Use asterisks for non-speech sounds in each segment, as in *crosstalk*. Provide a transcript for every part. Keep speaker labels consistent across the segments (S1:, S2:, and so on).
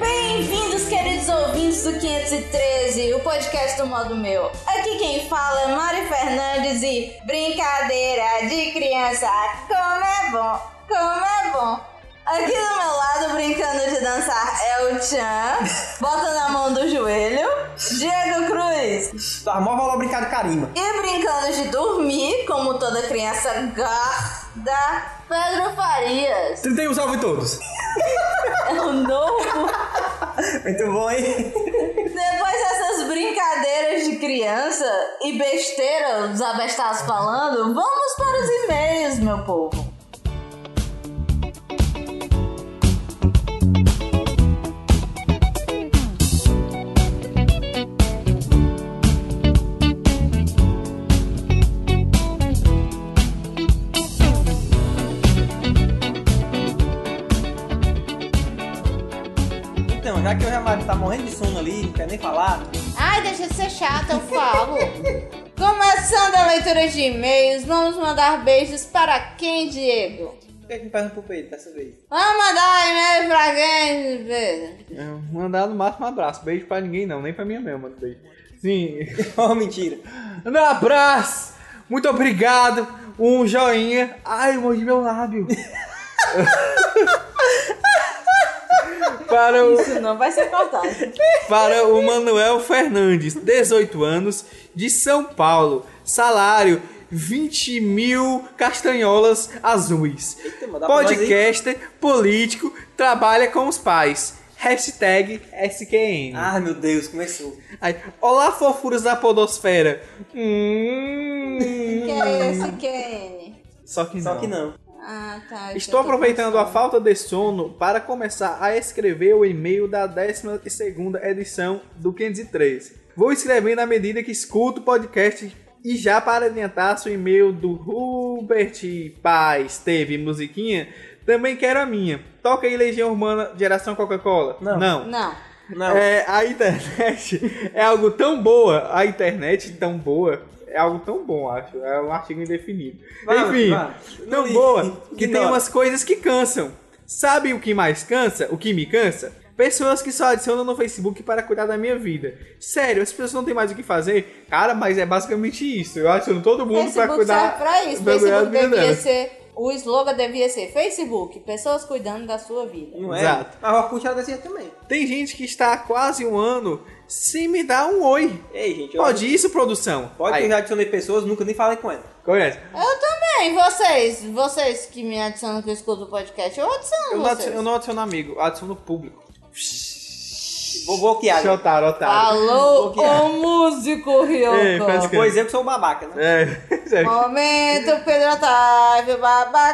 S1: Bem-vindos, queridos ouvintes do 513, o podcast do modo meu. Aqui quem fala é Mari Fernandes e brincadeira de criança. Como é bom, como é bom. Aqui do meu lado, brincando de dançar, é o Tchan. Bota na mão do joelho. Diego Cruz.
S2: Tá, mó valor brincar de carimba.
S1: E brincando de dormir, como toda criança gorda, Pedro Farias.
S2: 31 salve
S3: *laughs*
S2: todos.
S1: É o novo.
S2: Muito bom, hein?
S1: Depois dessas brincadeiras de criança e besteira, os abestados falando, vamos para os e-mails, meu povo.
S2: Então, já que o Renato tá morrendo de sono ali, não quer nem falar,
S1: Ai, deixa de ser chata, eu falo. Começando a leitura de e-mails, vamos mandar beijos para quem, Diego?
S2: por que que não faz um pro Pedro dessa vez? *laughs*
S1: Vamos mandar e-mail pra quem, Pedro?
S3: Mandar no máximo um abraço. Beijo pra ninguém não, nem pra minha mesma. Beijo. Sim.
S2: Oh, mentira.
S3: Um abraço! Muito obrigado! Um joinha. Ai, mordi meu lábio! para, o,
S1: Isso não vai ser cortado.
S3: para o Manuel Fernandes, 18 anos, de São Paulo. Salário: 20 mil castanholas azuis.
S2: Eita, mano, dá pra nós aí?
S3: Podcaster, político, trabalha com os pais. Hashtag SQN.
S2: Ah, meu Deus, começou.
S3: Aí, olá, fofuras
S2: *laughs*
S3: da podosfera. Hum.
S1: Que é esse, Kenny?
S3: Só que
S2: Só
S3: não.
S2: que não.
S1: Ah, tá. eu
S3: Estou
S1: tô
S3: aproveitando a
S1: pensando.
S3: falta de sono para começar a escrever o e-mail da 12ª edição do 513. Vou escrevendo à medida que escuto o podcast e já para adiantar se o e-mail do Hubert Paz teve musiquinha, também quero a minha. Toca aí Legião Urbana Geração Coca-Cola.
S2: Não.
S3: Não.
S1: Não.
S2: Não.
S3: É, a internet *laughs* é algo tão boa, a internet tão boa, é algo tão bom, acho. É um artigo indefinido.
S2: Vai,
S3: Enfim,
S2: vai.
S3: tão
S2: Não,
S3: boa que tem
S2: ignora.
S3: umas coisas que cansam. Sabe o que mais cansa? O que me cansa? Pessoas que só adicionam no Facebook para cuidar da minha vida. Sério, as pessoas não têm mais o que fazer? Cara, mas é basicamente isso. Eu adiciono todo mundo para
S1: Facebook serve
S3: cuidar.
S1: pra isso.
S3: pra cuidar
S1: Facebook
S3: da vida
S1: devia
S3: dela.
S1: ser. O slogan devia ser Facebook, pessoas cuidando da sua vida.
S2: Não é?
S3: Exato.
S2: Mas o Orkut era desse jeito também.
S3: Tem gente que está há quase um ano sem me dar um oi.
S2: Ei, gente. eu-
S3: Pode isso, produção?
S2: Pode que eu
S3: Aí,
S2: já adicionei pessoas, nunca nem falei com ela.
S3: conhece?
S1: Eu também, vocês, vocês que me adicionam que eu escuto o podcast, eu adiciono
S3: Eu não,
S1: vocês.
S3: adiciono, eu não adiciono amigo, eu adiciono público.
S2: Vou bloquear.
S3: Seu otário, otário.
S1: Alô,
S2: Qual que é?
S1: o músico
S3: Ei, faz
S1: Ryoko.
S3: que-
S2: Pois eu que sou o babaca, né?
S3: É, *laughs* sério.
S1: Momento Pedro Otávio,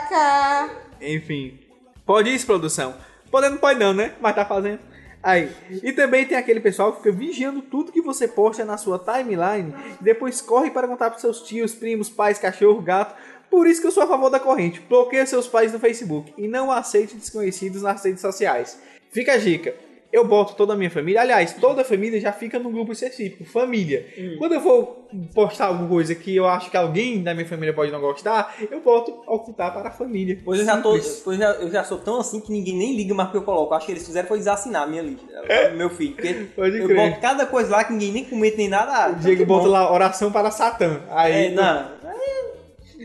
S1: babaca.
S3: Enfim. Pode isso, produção. Poder não pode não, né? Mas tá fazendo. Aí. E também tem aquele pessoal que fica vigiando tudo que você posta na sua timeline e depois corre para contar pros seus tios, primos, pais, cachorro, gato. Por isso que eu sou a favor da corrente. Bloqueia seus pais no Facebook e não aceite desconhecidos nas redes sociais. Fica a dica. Eu boto toda a minha família. Aliás, toda a família já fica num grupo específico, família.
S2: Hum.
S3: Quando eu vou postar alguma coisa que eu acho que alguém da minha família pode não gostar, eu boto ocultar para a família.
S2: Pois eu já, tô,
S3: Simples.
S2: pois eu já- eu já sou tão assim que ninguém nem liga mais pro que eu coloco. Acho que eles fizeram foi desassinar a minha lista, meu filho. Porque
S3: Pode
S2: eu
S3: crer.
S2: boto cada coisa lá que ninguém nem comenta nem nada. Ah,
S3: O Diego
S2: que bom.
S3: bota lá oração para Satã. Aí,
S2: É,
S3: né?
S2: não. Aí,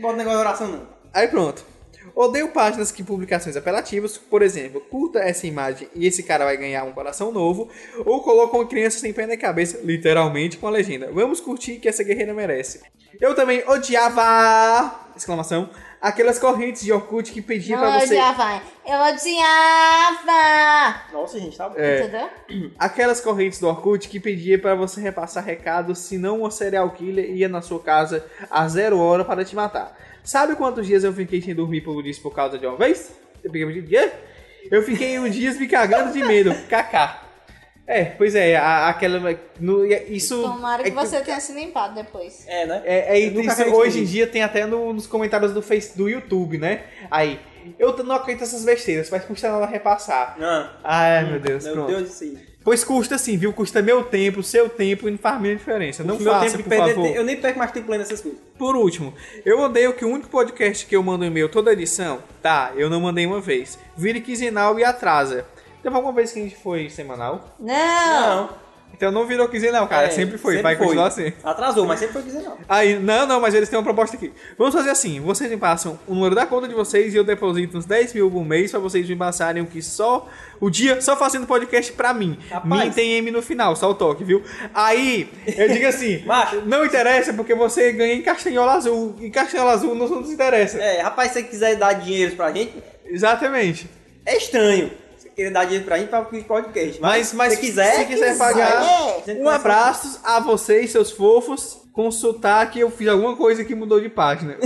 S2: Bota negócio de oração, não.
S3: aí pronto. Odeio páginas que publicações apelativas, por exemplo, curta essa imagem e esse cara vai ganhar um coração novo, ou colocam crianças sem pé na cabeça, literalmente com a legenda. Vamos curtir que essa guerreira merece. Eu também odiava! Exclamação. Aquelas correntes de Orkut que pedia
S1: Não, eu
S3: pra você.
S1: odiava. Eu odiava.
S2: Nossa, gente, tá bom.
S3: É.
S1: Entendeu?
S3: Aquelas correntes do Orkut que pedia pra você repassar recados, senão uma serial killer ia na sua casa a zero hora para te matar. Sabe quantos dias eu fiquei sem dormir por disso por causa de uma vez? Eu fiquei de quê? Eu fiquei uns dias me cagando de
S2: *laughs*
S3: medo. Kaká. É, pois é, a- aquela. no- isso.
S1: Tomara que
S3: é
S1: você tenha se limpado depois.
S2: É, né?
S3: é, é
S2: Eu nunca
S3: isso,
S2: acreditei
S3: hoje em
S2: nisso.
S3: dia tem até no- nos comentários do Face do YouTube, né? Aí, eu não acredito nessas besteiras, mas custa nada repassar.
S2: Ah,
S3: Ai, meu Deus,
S2: meu
S3: pronto.
S2: Deus, isso aí.
S3: Pois custa sim, viu? Custa meu tempo, seu tempo e não faz a mínima diferença. Não
S2: O meu
S3: faça,
S2: tempo de
S3: por
S2: perder,
S3: favor.
S2: Eu nem perco mais tempo lendo essas coisas.
S3: Por último, eu odeio que o único podcast que eu mando e-mail toda edição, tá, eu não mandei uma vez, vira quinzenal e atrasa. Teve alguma vez que a gente foi semanal?
S1: Não.
S3: Então não virou quinzenal, cara.
S2: É,
S3: sempre foi.
S2: sempre
S3: vai
S2: foi.
S3: continuar assim.
S2: Atrasou, mas sempre foi quinzenal.
S3: Aí, não, não, mas eles têm uma proposta aqui. Vamos fazer assim: vocês me passam o número da conta de vocês e eu deposito uns 10 mil por mês pra vocês me passarem o que só o dia, só fazendo podcast pra mim.
S2: Rapaz.
S3: Mim tem M no final, só o toque, viu? Aí, eu digo assim:
S2: Macho.
S3: não interessa porque você ganha em castanhola azul. E castanhola azul não nos interessa.
S2: É, rapaz, se você quiser dar dinheiro pra gente,
S3: Exatamente.
S2: é estranho. Você querer dar dinheiro pra gente pra podcast.
S3: Mas, mas
S2: se quiser,
S3: se quiser
S1: quiser.
S3: pagar,
S2: É.
S3: um abraço a vocês, seus fofos. Com sotaque, eu fiz alguma coisa que mudou de
S2: *laughs*
S3: página.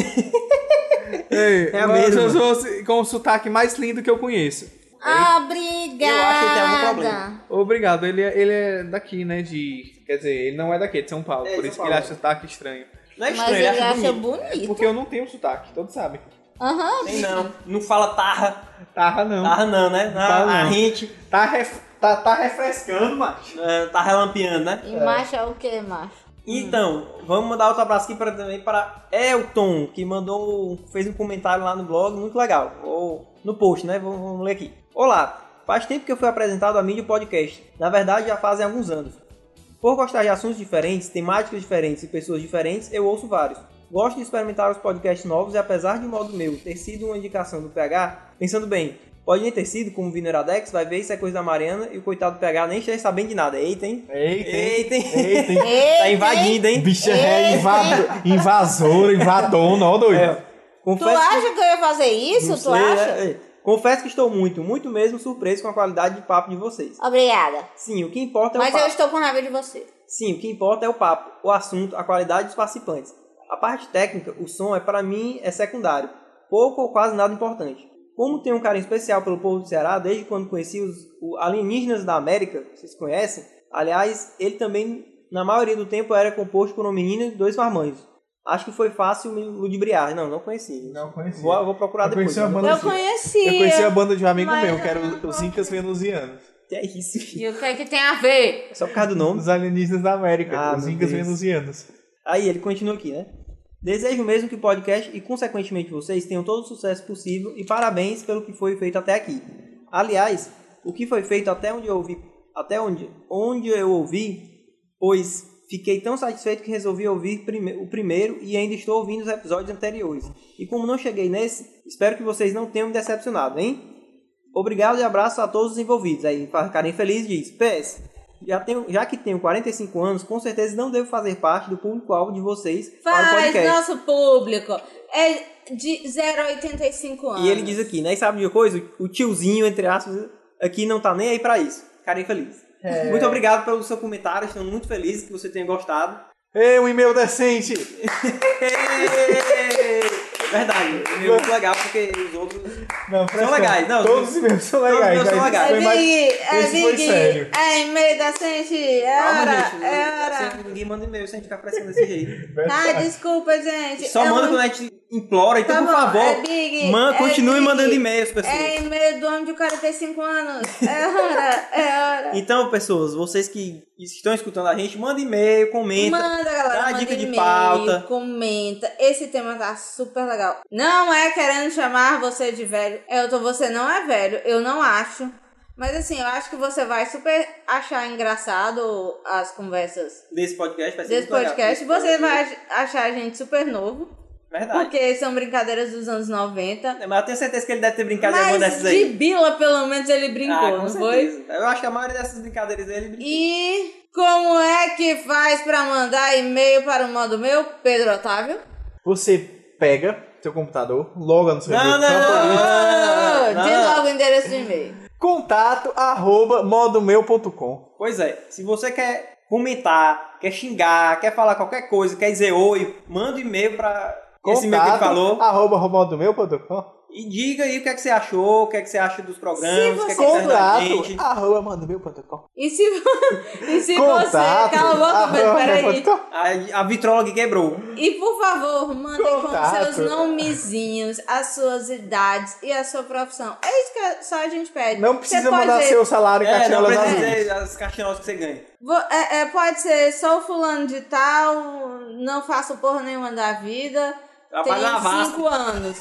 S3: é,
S2: É a
S3: mas
S2: mesma.
S3: eu sou com o sotaque mais lindo que eu conheço.
S1: Obrigada.
S2: Eu acho que tem algum problema.
S3: Obrigado, ele, é- ele é daqui, né? De. Quer dizer, ele não é daqui, é de São Paulo.
S2: É,
S3: por
S2: São
S3: isso
S2: Paulo.
S3: que ele acha sotaque estranho.
S2: não é
S1: Mas
S2: estranho,
S1: ele
S2: acho
S1: acha
S2: bonito.
S1: bonito.
S3: Porque eu não tenho sotaque, todos sabem.
S1: Aham.
S2: Tem não. Não fala tarra.
S3: Tarra não.
S2: Tarra não, né? Não,
S3: Tarra não.
S2: A gente
S3: Tá, ref- tá, tá refrescando, macho.
S2: ah, tá relampeando, né?
S1: E macho é o que, macho?
S2: Então, vamos mandar outro abraço aqui pra, também para Elton, que mandou, fez um comentário lá no blog, muito legal. Ou no post, né? Vamos, vamos ler aqui. Olá, faz tempo que eu fui apresentado a mídia podcast. Na verdade, já fazem alguns anos. Por gostar de assuntos diferentes, temáticas diferentes e pessoas diferentes, eu ouço vários. Gosto de experimentar os podcasts novos e apesar de um modo meu ter sido uma indicação do PH, pensando bem, pode nem ter sido, como vi no Iradex, vai ver isso é coisa da Mariana e o coitado do PH nem está sabendo de nada. Eita, hein?
S4: Eita, hein?
S2: Eita, hein?
S4: Eita, hein?
S2: Tá invadindo, hein?
S4: Bicha é invado, invasora, invadona, ó doido.
S2: É.
S1: Tu
S2: Confesso que-
S1: acha que eu ia fazer isso?
S2: não
S1: tu
S2: sei,
S1: acha?
S2: é, é. Confesso que estou muito, muito mesmo surpreso com a qualidade de papo de vocês.
S1: Obrigada.
S2: Sim, o que importa é o
S1: Mas
S2: papo.
S1: eu estou com raiva de você.
S2: Sim, o que importa é o papo, o assunto, a qualidade dos participantes. A parte técnica, o som, é para mim é secundário, pouco ou quase nada importante. Como tenho um carinho especial pelo povo do Ceará desde quando conheci os o alienígenas da América, vocês conhecem? Aliás, ele também, na maioria do tempo, era composto por uma menina e dois marmanjos. Acho que foi fácil me ludibriar. Não, não conheci.
S4: Não conheci.
S2: Vou, vou procurar
S4: Eu
S2: depois.
S4: conheci uma banda
S1: Eu
S4: de-
S1: conheci.
S4: Eu conheci a banda de um amigo
S1: Mas
S4: meu,
S1: eu
S4: que era
S1: não
S4: o- os Incas Venusianos.
S2: Que é isso?
S1: E o que é que tem a ver?
S2: Só por causa do nome.
S4: Os alienígenas da América,
S2: Ah,
S4: os
S2: meu
S4: Incas
S2: Deus.
S4: Venusianos.
S2: Aí ele continua aqui, né? Desejo mesmo que o podcast e, consequentemente, vocês tenham todo o sucesso possível e parabéns pelo que foi feito até aqui. Aliás, o que foi feito até onde eu ouvi, até onde, onde eu ouvi, pois fiquei tão satisfeito que resolvi ouvir prime- o primeiro e ainda estou ouvindo os episódios anteriores. E como não cheguei nesse, espero que vocês não tenham me decepcionado, hein? Obrigado e abraço a todos os envolvidos. Aí, para ficarem felizes, diz: PS, já, tenho, já que tenho 45 anos, com certeza não devo fazer parte do público-alvo de vocês para o
S1: Faz
S2: podcast.
S1: nosso público. É de 0 a 85 anos.
S2: E ele diz aqui, né? E sabe de uma coisa? O tiozinho, entre aspas, aqui não tá nem aí pra isso. Ficarem felizes.
S1: É.
S2: Muito obrigado pelo seu comentário. Estamos muito felizes que você tenha gostado.
S4: Ei, um e-mail decente!
S2: Verdade. É muito legal, porque os outros...
S4: Não, presta-
S2: legais, não.
S4: Todos os e-mails são
S2: Todos os
S4: legais.
S2: meus são
S4: mas
S2: legais.
S4: foi
S1: É
S4: mais-
S1: Big, é
S4: esse foi
S1: Big,
S4: sério.
S1: é e-mail da gente, é
S2: Calma,
S1: hora,
S2: gente. né?
S1: é hora.
S2: sempre Ninguém manda e-mail se a gente ficar pressando desse jeito.
S1: Tá, desculpa, gente.
S2: Só
S1: é
S2: manda
S1: muito-
S2: quando a gente implora. Então,
S1: Tá
S2: por
S1: bom,
S2: favor,
S1: é big,
S2: man-
S1: é
S2: continue
S1: big.
S2: mandando e-mails, pessoal.
S1: É e-mail do homem de 45 anos. É hora, é hora.
S2: Então, pessoas, vocês que estão escutando a gente, manda e-mail, comenta.
S1: Manda, galera.
S2: dá
S1: manda
S2: dica de
S1: e-mail,
S2: pauta.
S1: Comenta. Esse tema tá super legal. Não é querendo chamar você de velho. Eu tô, você não é velho, eu não acho. Mas assim, eu acho que você vai super achar engraçado as conversas
S2: Desse podcast vai ser
S1: desse
S2: muito É legal.
S1: podcast. Você vai ach- achar a gente super novo.
S2: Verdade.
S1: Porque são brincadeiras dos anos 90.
S2: Mas eu tenho certeza que ele deve ter brincado em alguma
S1: Mas
S2: dessas
S1: de
S2: aí.
S1: Bila, pelo menos, ele brincou,
S2: ah, com
S1: não foi?
S2: certeza. Eu acho que a maioria dessas brincadeiras dele é ele brincou.
S1: E como é que faz pra mandar e-mail para o modo meu, Pedro Otávio?
S4: Você pega seu computador, loga no seu
S2: Não, não,
S4: computador,
S2: não, não, não, não,
S1: Diz
S4: ah.
S2: não.
S1: logo o endereço Ah, de e-mail.
S4: contato arroba modomeu.com.
S2: Pois é, se você quer comentar, quer xingar, quer falar qualquer coisa, quer dizer oi, manda um e-mail pra esse e-mail que ele
S4: Contato
S2: falou.
S4: arroba modomeu.com.
S2: E diga aí o que é que você achou, o que é que você acha dos
S1: Se
S2: programas, o que é que
S1: você-
S2: você acha da
S4: Contato
S2: gente.
S4: arroba modomeu.com.
S1: E se, vo- *laughs* e se você.
S4: Contato
S1: Cala a boca, Pedro,
S4: arroba
S1: peraí.
S4: modomeu.com.
S2: A, a vitrola que quebrou.
S1: E por favor, mandem com
S4: Contato.
S1: seus nomezinhos, as suas idades e a sua profissão. É isso que a- só a gente pede.
S4: Não
S1: Você
S4: precisa
S1: pode
S4: mandar
S1: ser-
S4: seu salário em
S2: É, não
S4: caixinha das
S2: precisa
S4: azuis.
S2: dizer as caixinhas que você ganha.
S1: Vo- é- é, pode ser sou fulano de tal, não faço porra nenhuma da vida,
S2: Trabalho na
S1: tenho
S2: Vasco. *laughs*
S1: cinco anos.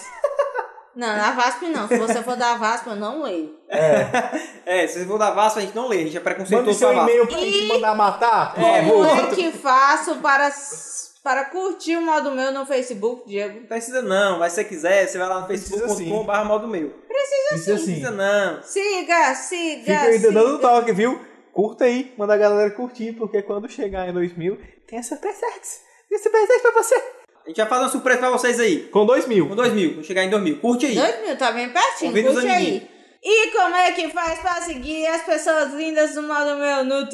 S5: Não, na VASP não. Se você for da VASP, eu não leio.
S2: É, se vocês vão dar vaspa, a gente não lê, a gente é
S6: Manda
S2: preconceituoso
S6: seu
S2: com a vaspa.
S6: e-mail pra gente
S5: E-
S6: mandar matar, por
S2: É,
S5: Como
S6: favor.
S5: é que faço para, s- para curtir o modo meu no Facebook, Diego?
S2: Não precisa não, mas se você quiser, você vai lá no
S6: Precisa
S2: facebook.com.br modo meu.
S6: Isso
S2: Não
S6: assim.
S2: precisa não.
S5: Siga, siga,
S1: Fica aí
S5: siga.
S1: dando toque, viu? Curta aí, manda a galera curtir, porque quando chegar em 2000, tem a Super Sex. Tem a Super Sex pra você.
S2: A gente vai fazer uma surpresa pra vocês aí.
S1: Com 2000.
S2: Com 2000, vamos chegar em 2000. Curte aí.
S5: Dois mil, tá bem pertinho.
S2: Convida os
S5: Curte aí.
S2: amiguinhos.
S5: E como é que faz para seguir as pessoas lindas do modo meu no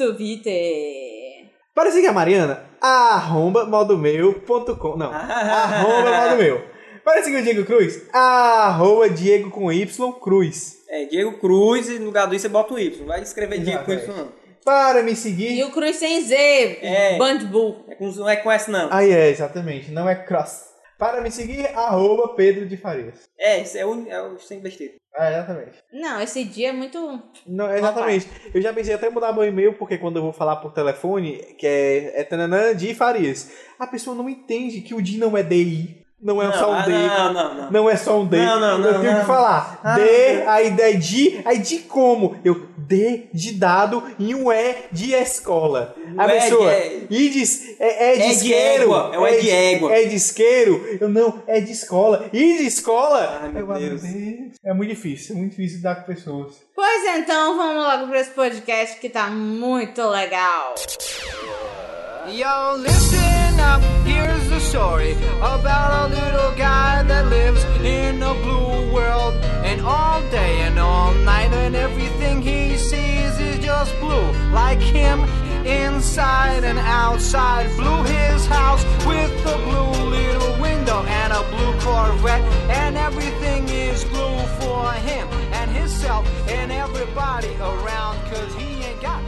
S5: Twitter?
S1: Para seguir a Mariana, arromba modomeu.com. Não, arromba modo meu. Para seguir o Diego Cruz, arroba Diego com Y Cruz.
S2: *laughs* É, Diego Cruz e no lugar do I você bota o Y. Não vai escrever Diego com
S1: Exatamente.
S2: Y não.
S1: Para me seguir.
S5: E o Cruz sem Z,
S2: É.
S5: Bandbull.
S2: É com, não é com S não.
S1: Ah, é, exatamente, não é cross. Para me seguir, arroba Pedro de Farias.
S2: É, isso é o, é o sem besteira.
S1: Ah, exatamente.
S5: Não, esse dia é muito...
S2: Então
S1: Não,
S2: tá.
S1: exatamente. Eu já pensei até em mudar meu e-mail, porque quando eu vou falar por telefone, que é, é tananã, Di Farias, a pessoa não entende que o Di não é DI, não é só um
S2: ah,
S1: D.
S2: não, não, não.
S1: Não é só um D.
S2: Não, não,
S1: eu
S2: não,
S1: tenho
S2: não.
S1: que falar.
S2: Ah,
S1: D, aí D de, aí de como? Eu D de dado e um E de escola.
S2: Um
S1: a
S2: E de-
S1: pessoa e diz, é, é de
S2: É de
S1: isqueiro.
S2: égua, é o E de égua.
S1: É de isqueiro. Eu não, é de escola. E de escola?
S2: Ai, meu
S1: Eu, ah,
S2: Deus.
S1: É muito difícil, é muito difícil dar com pessoas.
S5: Pois então, vamos logo para esse podcast que tá muito legal.
S7: Yo, listen up, here's the story about a little guy that lives in a blue world. And all day and all night, and everything he sees is just blue. Like him, inside and outside. Blue his house with a blue little window and a blue Corvette. And everything is blue for him and himself and everybody around, cause he ain't got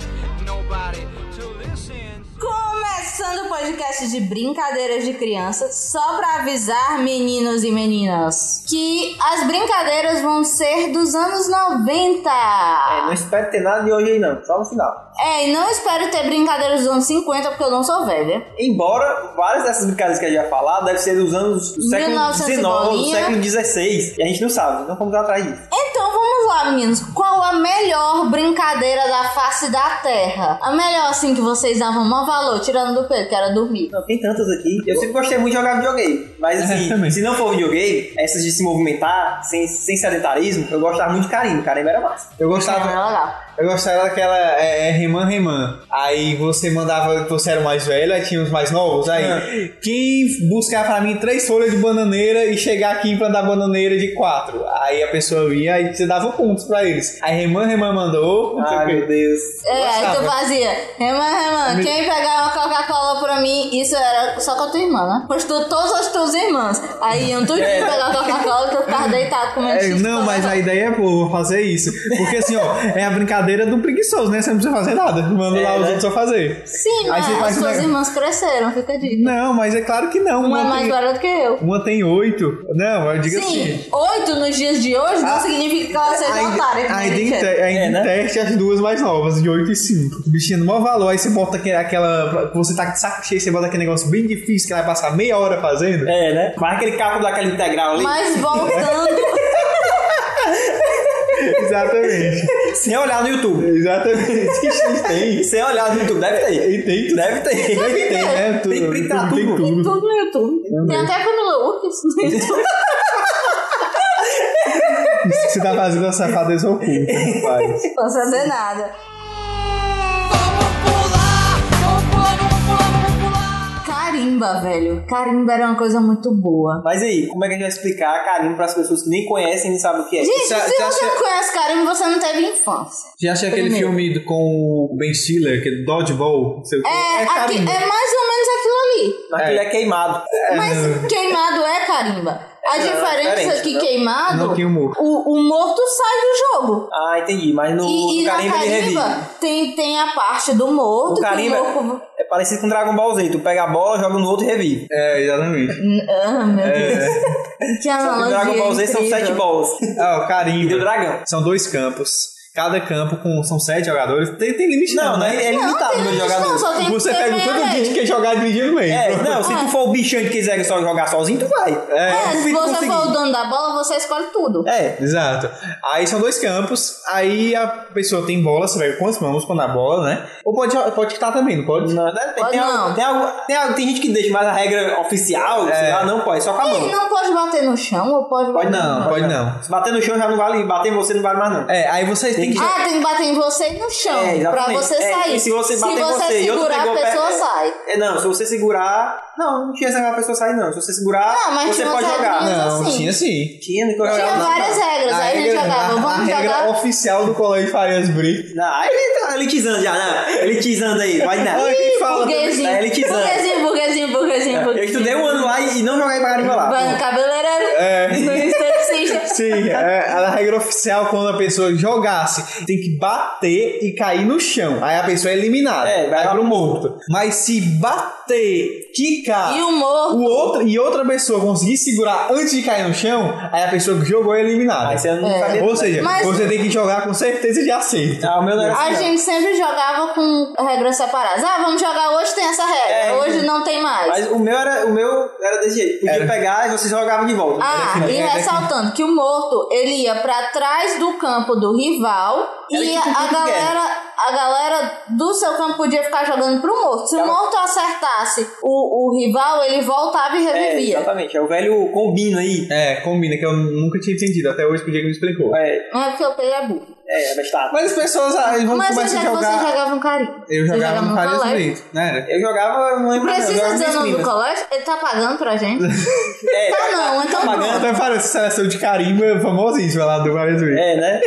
S7: nobody to listen to.
S5: Começando o podcast de brincadeiras de criança, só pra avisar meninos e meninas que as brincadeiras vão ser dos anos 90.
S2: É, não espero ter nada de hoje aí não, só no final.
S5: É, e não espero ter brincadeiras dos anos 50 porque eu não sou velha.
S2: Embora várias dessas brincadeiras que a gente vai falar devem ser dos anos do século
S5: 1900
S2: XIX ou do
S5: bolinha.
S2: século XVI. E a gente não sabe, não vamos atrás disso.
S5: Então vamos lá, meninos. Qual a melhor brincadeira da face da terra? A melhor, assim, que vocês davam maior valor, tirando do Pedro, que era dormir.
S2: Não, tem tantas aqui. Eu sempre gostei muito de jogar videogame. Mas assim, se não for videogame, essas de se movimentar, sem, sem sedentarismo, eu gostava muito de carimbo. Carimbo era massa.
S3: Eu
S5: Era
S3: gostava,
S5: legal.
S3: eu gostava daquela é, é, Reman Reman. Aí você mandava que você era o mais velho, aí tinha os mais novos. Aí
S2: Ah.
S3: quem buscar pra mim três folhas de bananeira e chegar aqui pra dar bananeira de quatro. Aí a pessoa vinha aí você dava pontos pra eles. Aí Reman Reman mandou. não sei o
S2: Ai,
S3: quê.
S2: Ah, meu Deus.
S5: É, aí tu
S3: Gostava.
S5: fazia. Reman, Reman, quem pegar uma Coca-Cola pra mim, isso era só com a tua irmã, né? Pois tu, todas as tuas irmãs. Aí iam tudo pegar Coca-Cola e tu ficava deitado comendo
S3: É,
S5: xixi.
S3: não, mas a ideia é boa, vou fazer isso. Porque assim, ó, é a brincadeira do preguiçoso, né? Você não precisa fazer nada. Manda
S2: É,
S3: lá os
S2: né?
S3: outros só fazer.
S5: Sim,
S3: Aí
S5: mas
S3: você faz um
S5: as tuas
S3: negócio-
S5: irmãs cresceram, fica a dica.
S3: Não, mas é claro que não.
S5: Uma é
S3: Uma,
S5: mais
S3: tem,
S5: velha do que eu.
S3: uma tem oito. Não, eu digo assim. Ah,
S5: Sim, oito nos dias de hoje não significa que ela seja
S3: Ainda-
S5: otária. que
S3: Ainda
S5: nem
S3: em,
S5: a gente
S3: te,
S5: é.
S3: ainda
S2: É,
S3: em
S2: né?
S3: teste as duas mais novas, de 8 e 5. O bichinho no maior valor, aí você bota aquele- aquela. Você tá de saco cheio, você bota aquele negócio bem difícil que ela vai passar meia hora fazendo.
S2: É, né? Mas aquele carro daquela integral ali,
S5: Mas voltando,
S3: Exatamente. *laughs*
S2: sem olhar no YouTube.
S3: Exatamente. Isso *laughs* tem.
S2: Sem olhar no YouTube, deve ter.
S3: E tem tudo.
S2: Deve ter.
S3: Deve ter, né? Tudo,
S2: Tem que printar
S3: tem
S2: tudo.
S3: tudo.
S5: *laughs* tudo no YouTube. Tem até Camila Lucas
S3: *laughs*
S5: no YouTube.
S3: Isso que você tá fazendo uma safadeza *laughs* oculta, rapaz.
S5: Não posso fazer nada. Carimba, velho. Carimba era uma coisa muito boa.
S2: Mas e aí, como é que a gente vai explicar carimbo para as pessoas que nem conhecem e nem sabem o que é?
S5: Gente,
S3: Já-
S5: se
S3: já
S5: você não
S3: achei-
S5: conhece carimba, você não teve infância.
S3: Já achei aquele
S5: Primeiro.
S3: filme do- com o Ben Stiller, que é Dodgeball, não sei o que.
S5: É, aqui-
S3: carimbo.
S5: é mais ou menos aquilo ali.
S2: Mas ele é queimado.
S5: Mas queimado é carimba. A
S2: não, é
S5: diferença é
S2: diferente,
S5: que
S2: não-
S5: queimado,
S3: não tem humor.
S5: o, o morto sai do jogo.
S2: Ah, entendi. Mas no,
S5: E, e
S2: no
S5: na
S2: carimbo ele revive.
S5: carimba tem, tem a parte do morto.
S2: O
S5: que
S2: carimbo
S5: morto-
S2: é, é parecido com Dragon Ball Z. Tu pega a bola, joga no outro e revive.
S3: É, exatamente.
S5: Ah, meu Deus. *laughs* Que
S2: Só que
S5: analogia
S2: É. Dragon Ball Z são
S5: Ah, incrível.
S2: sete bolas.
S3: Ah, o
S2: E
S3: carimbo.
S2: do dragão.
S3: São dois campos. Cada campo com, são sete jogadores. Tem, tem limite não, né?
S2: É limitado
S5: tem
S2: o número de
S5: limite não,
S2: jogadores.
S5: só tem que
S3: Você
S5: ter
S3: pega todo
S5: meia,
S3: mundo que
S5: velho.
S3: quer jogar dividindo no meio.
S2: É, não, se tu for o bichão que quiser só jogar sozinho, tu vai.
S5: É, se
S2: duvido
S5: você
S2: conseguir.
S5: for o dono da bola, você escolhe tudo.
S2: É,
S3: Exato. Aí são dois campos, aí a pessoa tem bola, você pega quantas mãos pra dar bola, né? Ou pode, pode quitar também, não pode?
S2: Não, deve- tem,
S5: Pode
S2: algo-
S5: não.
S2: tem algo- tem algo- tem gente que deixa, mas a regra oficial, sei lá, não pode, só com a
S5: Ele
S2: mão.
S5: não pode bater no chão ou pode
S2: tá Pode
S5: bater
S2: não,
S3: pode não.
S2: Se bater no chão já não vale, bater em você não vale mais não.
S3: É, aí você tem que.
S5: Ah, tem que bater em você e no chão.
S2: É,
S5: pra
S2: exatamente.
S5: você
S2: É,
S5: sair.
S2: e se você bater em
S5: você
S2: você e outro
S5: segurar,
S2: pegou o
S5: a
S2: pé-
S5: pessoa sai.
S2: É, não, se você segurar. Não, não tinha essa regra pra pessoa sair, não. Se você segurar,
S5: Não, mas
S2: você
S5: tinha
S2: pode
S5: umas
S2: jogar.
S5: regrinhas.
S3: Não,
S5: assim.
S3: tinha sim.
S2: Tinha, não tinha
S5: Tinha
S2: não,
S5: várias
S2: não.
S5: regras, aí a gente
S3: regra-
S5: jogava.
S3: a-
S5: Vamos
S3: a regra
S5: jogar.
S3: oficial do Colégio Farias Brito.
S2: Não, aí ele tá elitizando já, não. Elitizando aí, vai dar.
S3: Olha quem fala.
S5: Burguesinho,
S2: É elitizando.
S5: burguesinho, burguesinho, burguesinho,
S2: Eu
S5: burguesinho.
S2: estudei um ano lá e, e não joguei pra carimba lá.
S5: Vai no cabeleireiro,
S2: É.
S5: no esteticista.
S3: Sim, é, a regra oficial quando a pessoa jogasse tem que bater e cair no chão. Aí a pessoa é eliminada.
S2: É, vai lá.
S3: pro um morto. Mas se bater,
S2: Ah.
S3: quicar
S5: E o morto.
S3: o outro, e outra pessoa conseguir segurar antes de cair no chão, aí a pessoa que jogou é eliminada.
S2: Aí você não
S5: É.
S2: sabia.
S3: Ou seja,
S5: Mas-
S3: você tem que jogar com certeza de acerto.
S2: Ah, o meu não era
S5: A
S2: assim, não.
S5: gente sempre jogava com regras separadas. Ah, vamos jogar hoje, tem essa regra.
S2: É,
S5: hoje não tem mais.
S2: Mas o meu era, o meu era desse jeito. Podia
S3: Era.
S2: pegar e você jogava de volta. Assim,
S5: Ah,
S3: Era que-
S5: e
S2: é
S3: era que-
S5: ressaltando que o morto ele ia pra trás do campo do rival
S2: Era
S5: e
S2: tipo um
S5: a
S2: Big
S5: galera, a galera do seu campo podia ficar jogando pro morto. Se o morto acertasse o, o rival, ele voltava e
S2: É,
S5: revivia.
S2: exatamente. É o velho combino aí.
S3: É, combina, que eu nunca tinha entendido, até hoje que o Diego me explicou.
S2: É,
S5: Não é porque eu peguei a burro.
S2: é, abestado.
S3: Mas as pessoas ah, vão
S5: Mas onde
S3: começar
S5: é
S3: a
S5: que você
S3: jogar.
S5: jogava um carinho?
S3: Eu
S5: Você
S3: jogava no Farias
S5: colégio?
S3: Brito, né? Era.
S2: Eu jogava, não lembro. eu
S5: Precisa
S2: jogava
S5: dizer o
S2: minhas
S5: nome do
S2: primas.
S5: colégio? Ele tá pagando pra gente?
S2: *laughs* É,
S5: Tá não, então
S2: pagando.
S5: pronto.
S3: Até parece seleção de carimba famosíssima lá do Várias Vezes.
S2: É, né?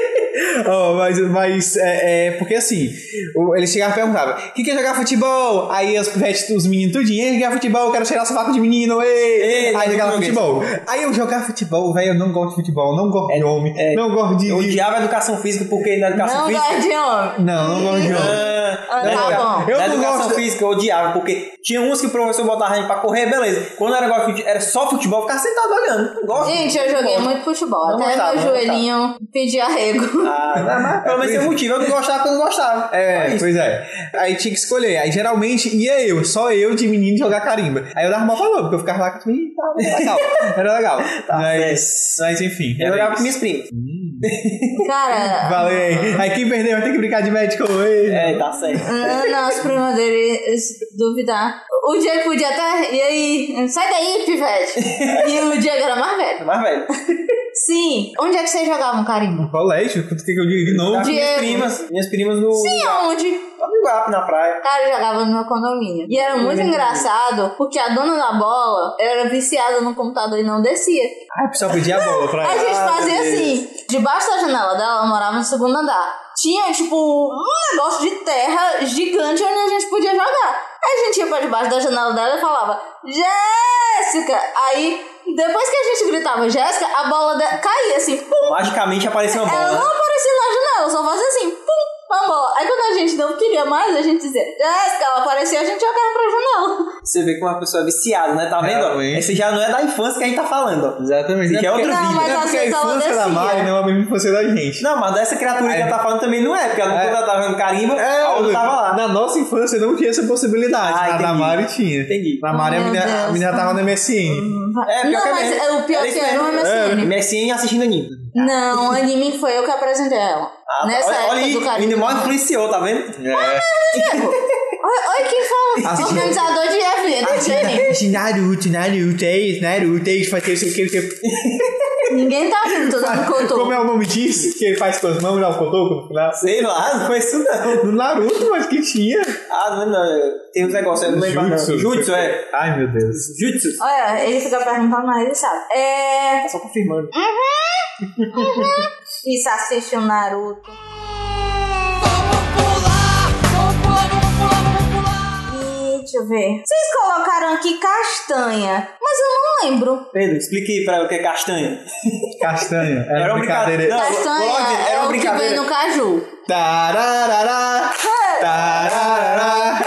S3: Oh, mas mas é, é, porque assim, o- ele chegava e perguntava: quem quer jogar futebol? Aí os, pet- os meninos tudinho, quem quer jogar futebol? Quero tirar sovaco de menino, ei!
S2: Ei,
S3: aí
S2: não
S3: jogava
S2: joguei.
S3: futebol. Aí eu jogava futebol, velho, eu não gosto de futebol, não gosto de homem,
S2: é.
S3: não gosto de.
S2: Eu odiava a educação física porque na educação
S5: Não
S2: física.
S5: gosto de homem.
S3: Não, não gosto de homem.
S2: Ah,
S5: Ah,
S2: né,
S5: tá
S2: cara?
S5: bom.
S3: Eu
S2: na
S3: não
S2: educação
S3: gosto-
S2: física eu odiava, porque tinha uns que o professor botava a gente pra correr, beleza. Quando era, agora, fute- era só futebol, eu ficava sentado olhando. Não gosto.
S5: Gente, eu joguei
S2: Não gosto.
S5: muito futebol.
S2: Não
S5: Até
S2: gostava,
S5: meu
S2: não gostava.
S5: joelhinho pedia arrego.
S2: Ah, não, mas pelo menos tem um motivo. Eu não gostava porque eu não gostava. Só
S3: É,
S2: Ah, isso.
S3: pois é. Aí tinha que escolher. Aí geralmente ia eu, só eu de menino jogar carimba. Aí eu dava uma falou, porque eu ficava lá com os meninos,
S2: *laughs*
S3: tá, era legal. Era legal. mas, mas enfim.
S2: Tá Eu
S3: era
S2: jogava
S3: isso.
S2: com minhas primas.
S5: Cara,
S3: Valeu. Aí quem perdeu vai ter que brincar de médico. ei.
S2: É, tá certo.
S5: Ah, Não, os primos dele se duvidar. O Diego podia até. E aí? Sai daí, *laughs* pivete! E o Diego era mais velho.
S2: Mas, velho,
S5: Sim. Onde é que vocês jogavam carimbo?
S3: Colégio? O que que eu digo de novo?
S2: jogava com minhas
S5: Diego.
S2: primas. Minhas primas no.
S5: Sim, onde?
S2: Lá no Iguape, na praia.
S5: Cara, eu jogava no meu condomínio. E era muito engraçado porque a dona da bola era viciada no computador e não descia.
S3: Ah, o pessoal pedia a bola pra
S5: A gente fazia assim, debaixo da janela dela, ela morava no segundo andar. Tinha, tipo, um negócio de terra gigante onde a gente podia jogar. Aí a gente ia pra debaixo da janela dela e falava, Jéssica! Aí, depois que a gente gritava Jéssica, a bola de- caía assim, pum!
S2: Magicamente apareceu uma
S5: Ela
S2: bola.
S5: não
S2: né?
S5: aparecia na janela, só fazia assim, pum! Uma bola. Aí quando a gente não queria mais, a gente dizia, Jéssica, ela aparecia, a gente jogava pra janela.
S2: Você vê que uma pessoa é viciada, né? Tá vendo? ó?
S3: Realmente.
S2: Esse já não é da infância que a gente tá falando. ó.
S3: Exatamente.
S2: Esse já é outro
S5: Não,
S2: vídeo.
S5: mas
S3: Não é
S5: às
S3: porque a
S5: vezes ela
S3: infância da
S5: descia.
S2: né?
S3: Mari não é a mesma infância da gente.
S2: Não, mas dessa criatura que
S3: É.
S2: ela tá falando também não é, porque ela
S3: É.
S2: não quando ela tava jogando carimba, ela não
S3: eu-
S2: Ah, tava lá.
S3: Na nossa infância não tinha essa possibilidade.
S2: Ah,
S3: a da
S2: entendi.
S3: Mari tinha.
S2: Entendi.
S3: Na Mari a
S5: Meu
S3: menina, a
S5: Deus. Hum.
S3: menina tava no MSN.
S2: É, pior que
S5: não, mas
S2: mesmo.
S5: é assim. o pior
S2: Era
S5: que
S2: isso
S5: era
S2: mesmo.
S5: o MSN.
S2: É, MSN assistindo anime.
S3: Tá.
S5: Não, anime foi eu que apresentei ela.
S2: Ah,
S5: Nessa
S2: olha,
S5: época
S2: olha aí,
S5: do carimbo.
S2: ainda mal influenciou, tá vendo?
S3: É.
S5: Oi, oi, quem
S3: *laughs*
S5: fala?
S3: Assisti-
S5: Organizador de né? evento, gente.
S3: De Ah, Naruto, Naruto, é isso, Naruto, é isso, faz tempo, sei o que, sei o que.
S5: Ninguém tá ouvindo, tô dando
S3: Como
S5: contou.
S3: é o nome disso? Que ele faz com as mãos, dá o cotoco no final?
S2: Sei lá, não conheço não.
S3: No Naruto, mas que tinha.
S2: Ah, não, não. Tem uns negócios, eu não lembro. mais, não. Jutsu, é.
S3: Ai, meu Deus.
S2: Jutsu.
S5: Olha, ele fica perguntando, mas ele sabe. É.
S2: Só confirmando.
S5: Isso, assiste o Naruto. E Deixa eu ver. Vocês colocaram aqui castanha, mas eu não lembro.
S2: Pedro, explique aí pra ela o que é castanha.
S3: Castanha. Era,
S2: Era
S3: uma
S2: uma
S3: É brincadeira.
S2: brincadeira. Não,
S5: Castanha
S2: Lorde, era
S5: é
S2: uma
S5: o que vem
S2: brincadeira.
S5: no caju.
S3: Tararará. Tá.
S5: É,
S3: Tararará. Tararará.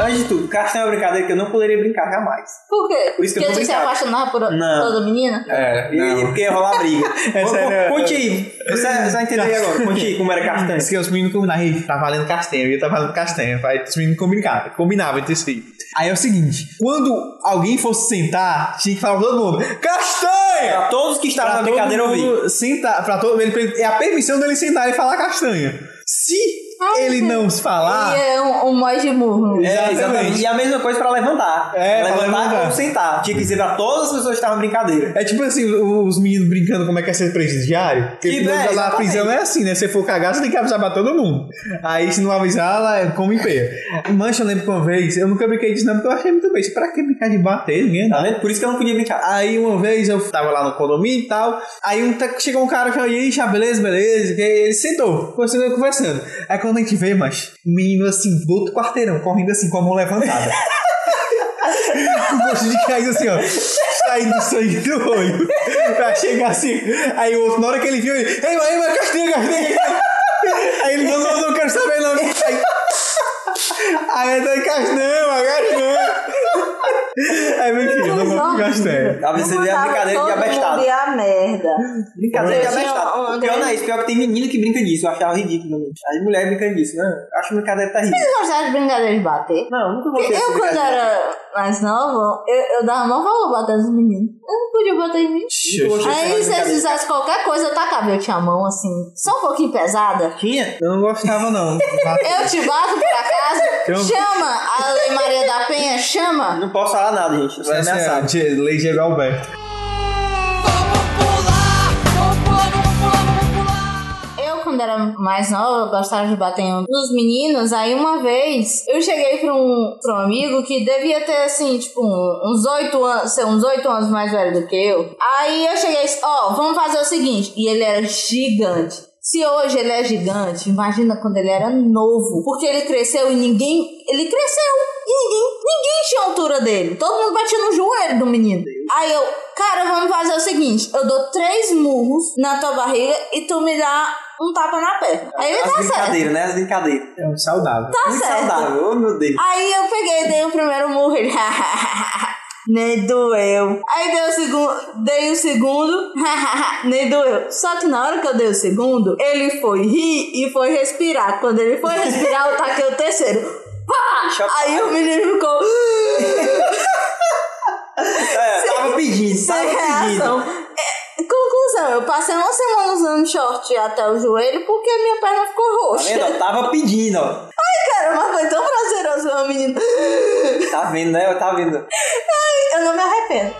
S2: Antes de tudo, castanha é uma brincadeira que eu não poderia brincar jamais.
S5: Por quê?
S3: Por isso que eu
S5: Porque
S3: tô
S5: tu se
S3: brincando.
S5: apaixonava por
S3: Não.
S5: toda menina?
S3: É,
S2: E
S3: não.
S2: porque ia rolar briga.
S3: *laughs* Essa é
S2: Pô, pô,
S3: era-
S2: Conte aí. Você, você vai entender aí agora. Conte aí como era castanho.
S3: Diz que é os meninos combinavam, "Ih, tá valendo castanha, eu tá valendo castanha. Aí os meninos combinavam, combinavam entre si. Aí é o seguinte: quando alguém fosse sentar, tinha que falar pra todo mundo: Castanha!
S2: Pra todos que estavam na
S3: É. todo
S2: brincadeira
S3: mundo
S2: ouvir.
S3: sentar, pra todo ele- É a permissão dele sentar e falar castanha. Se
S5: Ai,
S3: ele
S5: meu
S3: não falar.
S5: E é um, um mó de murro.
S2: É,
S3: Exatamente.
S2: exatamente. E a mesma coisa pra levantar.
S3: É, pra
S2: levantar,
S3: levantar.
S2: ou sentar. Tinha que dizer pra todas as pessoas que estavam na brincadeira.
S3: É tipo assim, os os meninos brincando como é que é ser presidiário. Porque
S2: Que
S3: quando
S2: bem,
S3: tá na
S2: exatamente.
S3: prisão é assim, né? Se for cagar, você tem que avisar pra todo mundo. Aí se não avisar, ela é como em pé. Mancha, eu lembro que uma vez, eu nunca brinquei disso não, porque eu achei muito bem. Pra que brincar de bater, ninguém né?
S2: Tá
S3: dá.
S2: vendo? Por isso que eu não podia brincar.
S3: Aí uma vez eu tava lá no condomínio e tal. Aí um, ta- chegou um cara que eu olhei, já beleza, beleza. E ele sentou, conversando, conversando. Aí quando a gente vê, mas um menino assim, do outro quarteirão, correndo assim com a mão levantada. com o gosto de cair assim, ó. Saindo sangue do olho. Pra chegar assim. Aí o outro, na hora que ele viu, ele. Ei, mas, ei, mas, castiga, castiga. Aí ele falou, não, não quero saber, não. Aí, aí eu tô não, agora não. Aí, meu filho, não vou pro castanho.
S2: Pra você ver a brincadeira de
S5: todo
S2: abestado.
S5: mundo e a merda.
S2: Brincadeira de
S5: Eu tinha
S2: abestado.
S5: um-
S2: O pior não é isso. Pior que tem menino que brinca disso. Eu achava ridículo. né? As mulheres brincando disso. Né? Eu acho brincadeira tá ridículo.
S5: Vocês gostaram de brincadeira de bater?
S2: Não, nunca gostei dessa
S5: Eu, quando
S2: brincadeira.
S5: era mais nova, eu, eu dava mó valor batendo nos meninos. Eu não podia bater em mim.
S2: Nunca gostei dessa
S5: Aí, se eles
S2: brincadeira.
S5: fizessem qualquer coisa, eu tacava. Eu tinha a mão assim, só um pouquinho pesada.
S2: Tinha?
S3: Eu não gostava,
S5: *laughs*
S3: não.
S5: Eu te bato por acaso.
S2: um
S5: Chama a Lei Maria da Penha, chama.
S2: Não posso falar nada, gente. Você é
S3: Essa é a
S2: ameaçado.
S3: de- Lei Diego Alberto.
S5: Eu, quando era mais nova, gostava de bater em um- nos meninos. Aí, uma vez, eu cheguei pra um, pra um amigo que devia ter, assim, tipo, um- uns oito anos, ser uns oito anos mais velho do que eu. Aí, eu cheguei e disse, ó, vamos fazer o seguinte. E ele era gigante. Se hoje ele é gigante, imagina quando ele era novo. Porque ele cresceu e ninguém... Ele cresceu e ninguém, ninguém tinha a altura dele. Todo mundo batia no joelho do menino. Aí eu, cara, vamos fazer o seguinte. Eu dou três murros na tua barriga e tu me dá um tapa na perna. Aí ele
S2: As
S5: tá certo.
S2: brincadeiras, né? As brincadeiras.
S3: É um saudável.
S5: Tá
S2: Muito
S5: certo.
S2: saudável. Oh, meu Deus.
S5: Aí eu peguei, dei o primeiro murro. *laughs* Ele, nem doeu. Aí dei o segundo, dei o segundo, *laughs* nem doeu. Só que na hora que eu dei o segundo, ele foi rir e foi respirar. Quando ele foi respirar, eu taquei o terceiro. Pá!
S2: Chocado.
S5: Aí o menino ficou.
S2: É, tava pedindo,
S5: sem
S2: tava
S5: reação.
S2: pedindo.
S5: É, conclusão, eu passei uma semana usando short até o joelho porque minha perna ficou
S2: Tá
S5: roxa.
S2: vendo? ó? Tava pedindo, ó.
S5: Cara, mas foi tão prazeroso ver o menino.
S2: Tá vendo, né? Tá vendo.
S5: Eu não me arrependo.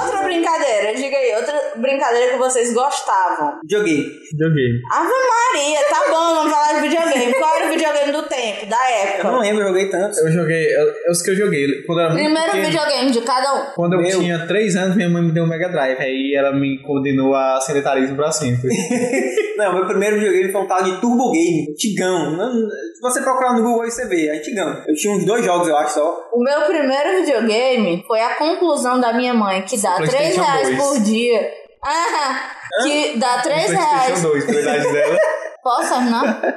S5: Outra brincadeira, diga aí, outra brincadeira que vocês gostavam.
S2: Joguei.
S3: Joguei.
S5: Ave Maria, tá bom, vamos falar de videogame. Qual era o videogame do tempo, da
S2: Eu não
S5: época?
S2: lembro, eu joguei tanto.
S3: Eu joguei, eu, eu- os que eu joguei, quando eu era muito
S5: Primeiro
S3: pequeno,
S5: videogame de cada um.
S3: quando eu
S2: Meu.
S3: tinha 3 anos, minha mãe me deu um Mega Drive, aí ela me condenou a sedentarismo pra sempre.
S2: Não, meu primeiro videogame foi um tal de Turbo Game, antigão. Não- Se você procurar no Google aí você vê, é antigão. Eu tinha uns dois jogos, eu acho, só.
S5: O meu primeiro videogame foi a conclusão da minha mãe, que dá R$ 3
S3: PlayStation
S5: reais
S3: 2.
S5: por dia. Ah, que dá 3 reais.
S3: Playstation 2, pela idade dela.
S5: Posso terminar? *laughs*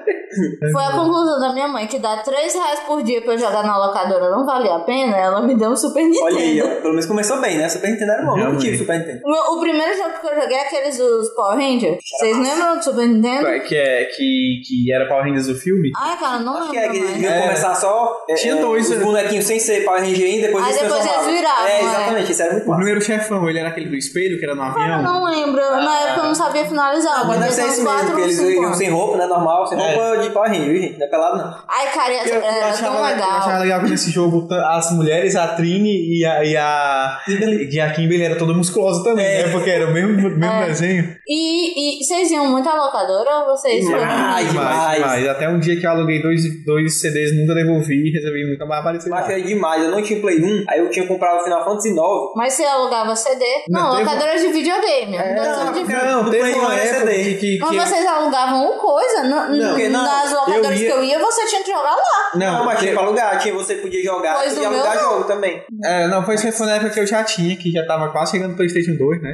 S5: Foi a conclusão da minha mãe, que dá 3 reais por dia pra eu jogar na locadora não valia a pena, ela me deu um Super
S2: Olha aí,
S5: Nintendo.
S2: ó. Pelo menos começou bem, né? Super Nintendo era bom. Eu não
S3: Realmente.
S2: tive Super Nintendo.
S5: O, meu- o primeiro jogo que eu joguei é aqueles dos Power Rangers. Vocês lembram do Super Nintendo?
S3: que, é, que, que era Power Rangers do filme.
S5: Ai, cara, não
S2: Acho que é
S5: lembro
S2: que eles
S5: mais.
S2: iam
S3: É.
S2: começar só. é,
S3: Tinha
S2: é,
S3: dois,
S2: Os
S3: né?
S2: bonequinhos sem ser Power Ranger e depois
S5: Aí
S2: eles
S5: depois eles
S2: transformavam.
S5: viravam,
S2: É,
S5: é.
S2: exatamente. Isso era muito
S3: O
S2: bom.
S3: primeiro chefão, ele era aquele do espelho, que era no
S5: Cara,
S3: avião.
S5: não lembro. Na época eu não sabia finalizar.
S2: Ah. Mas deve ser
S5: eu
S2: isso
S5: tinha
S2: mesmo,
S5: quatro
S2: que
S5: ou
S2: eles
S5: cinco
S2: iam
S5: anos.
S2: sem roupa, né? Normal, sem
S3: É.
S2: roupa de Power Ranger, viu, gente? Não é pelado, não.
S5: Ai, cara,
S3: Eu, eu
S5: era É, tão
S3: achava, eu achava
S5: legal.
S3: legal que nesse jogo tan- as mulheres, a Trini e a, e a, e a Kimberly era toda musculosa também, né? Porque era o mesmo, mesmo
S5: É.
S3: desenho.
S5: E, e vocês iam muito à locadora ou vocês
S2: Demais.
S5: foram?
S2: demais.
S3: Até um dia que eu aluguei dois, dois CDs, nunca devolvi, resolvi nunca mais aparecer.
S2: Eu
S3: lá.
S2: achei demais. Eu não tinha Play 1, aí eu tinha comprado o Final Fantasy 9.
S5: Mas você alugava CD?
S3: Não,
S5: Não,
S3: teve-
S5: locadora de videogame.
S2: É,
S5: Não, de...
S3: Não,
S2: Do
S3: teve
S2: Play
S3: uma
S2: não era
S3: época
S2: CD.
S3: que, que,
S5: Mas
S3: que-
S5: vocês alugavam o coisa. Não,
S2: porque não,
S5: nas locadoras
S3: eu ia-
S5: que eu ia, você tinha que jogar lá.
S2: Não, Ah, mas tinha
S3: que-
S2: pra alugar, tinha, você podia jogar
S5: Pois
S2: e
S5: o meu
S2: alugar
S5: não.
S2: jogo também.
S3: é, não, foi, foi na época que eu já tinha, que já tava quase chegando no Playstation 2, né?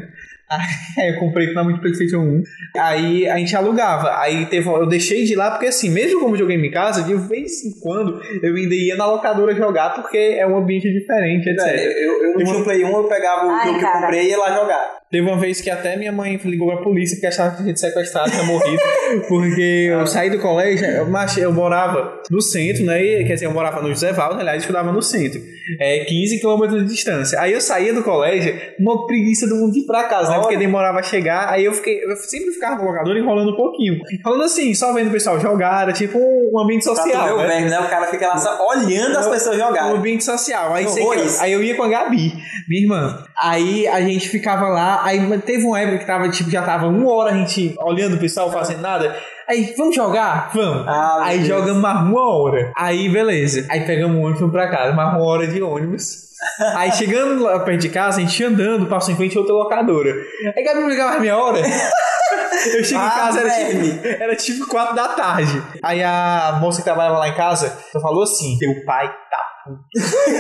S3: *laughs* Aí eu comprei na muito PlayStation 1. Aí a gente alugava. Aí teve, eu deixei de ir lá porque assim, mesmo como videogame em casa, de vez em quando eu ainda ia na locadora jogar porque é um ambiente diferente, etc.
S2: Eu, eu não tinha o Play 1, eu pegava o
S5: Ai,
S2: jogo que eu
S5: cara.
S2: comprei e ia lá jogar.
S3: Teve uma vez que até minha mãe ligou pra polícia porque achava que tinha gente sequestrado, tinha morrido. *laughs* Porque
S2: Ah.
S3: eu saí do colégio, eu, mas eu morava no centro, né? E, Quer dizer, eu morava no José Valdo, aliás, eu estudava no centro. É, 15 quilômetros de distância. Aí eu saía do colégio, uma preguiça do mundo ir pra casa, né? Porque demorava a chegar. Aí eu fiquei, eu sempre ficava no locador enrolando um pouquinho. Falando assim, só vendo o pessoal jogar, era tipo um ambiente
S2: Pra tu ver
S3: social.
S2: o
S3: né?
S2: verme, né? O cara fica lá só olhando as pessoas
S3: Um
S2: jogarem.
S3: ambiente social. Aí,
S2: Que
S3: sei que-
S2: horrores.
S3: aí eu ia com a Gabi, minha irmã. Aí a gente ficava lá. Aí teve uma época que tava, tipo, já tava uma hora a gente olhando o pessoal fazendo nada. Aí, vamos jogar? Vamos.
S2: Ah, meu
S3: aí
S2: Deus.
S3: jogamos mais uma hora. Aí, beleza. Aí pegamos o ônibus e fomos pra casa. Mais uma hora
S2: *laughs*
S3: de ônibus. Aí chegando lá perto de casa, a gente ia andando, passou em frente a outra locadora. Aí Gabi me ligava mais
S2: *laughs*
S3: meia hora. Eu cheguei
S2: Ah,
S3: em casa, era
S2: verme.
S3: tipo, era tipo 4 da tarde. Aí a moça que trabalhava lá em casa só falou assim: teu pai tá puto.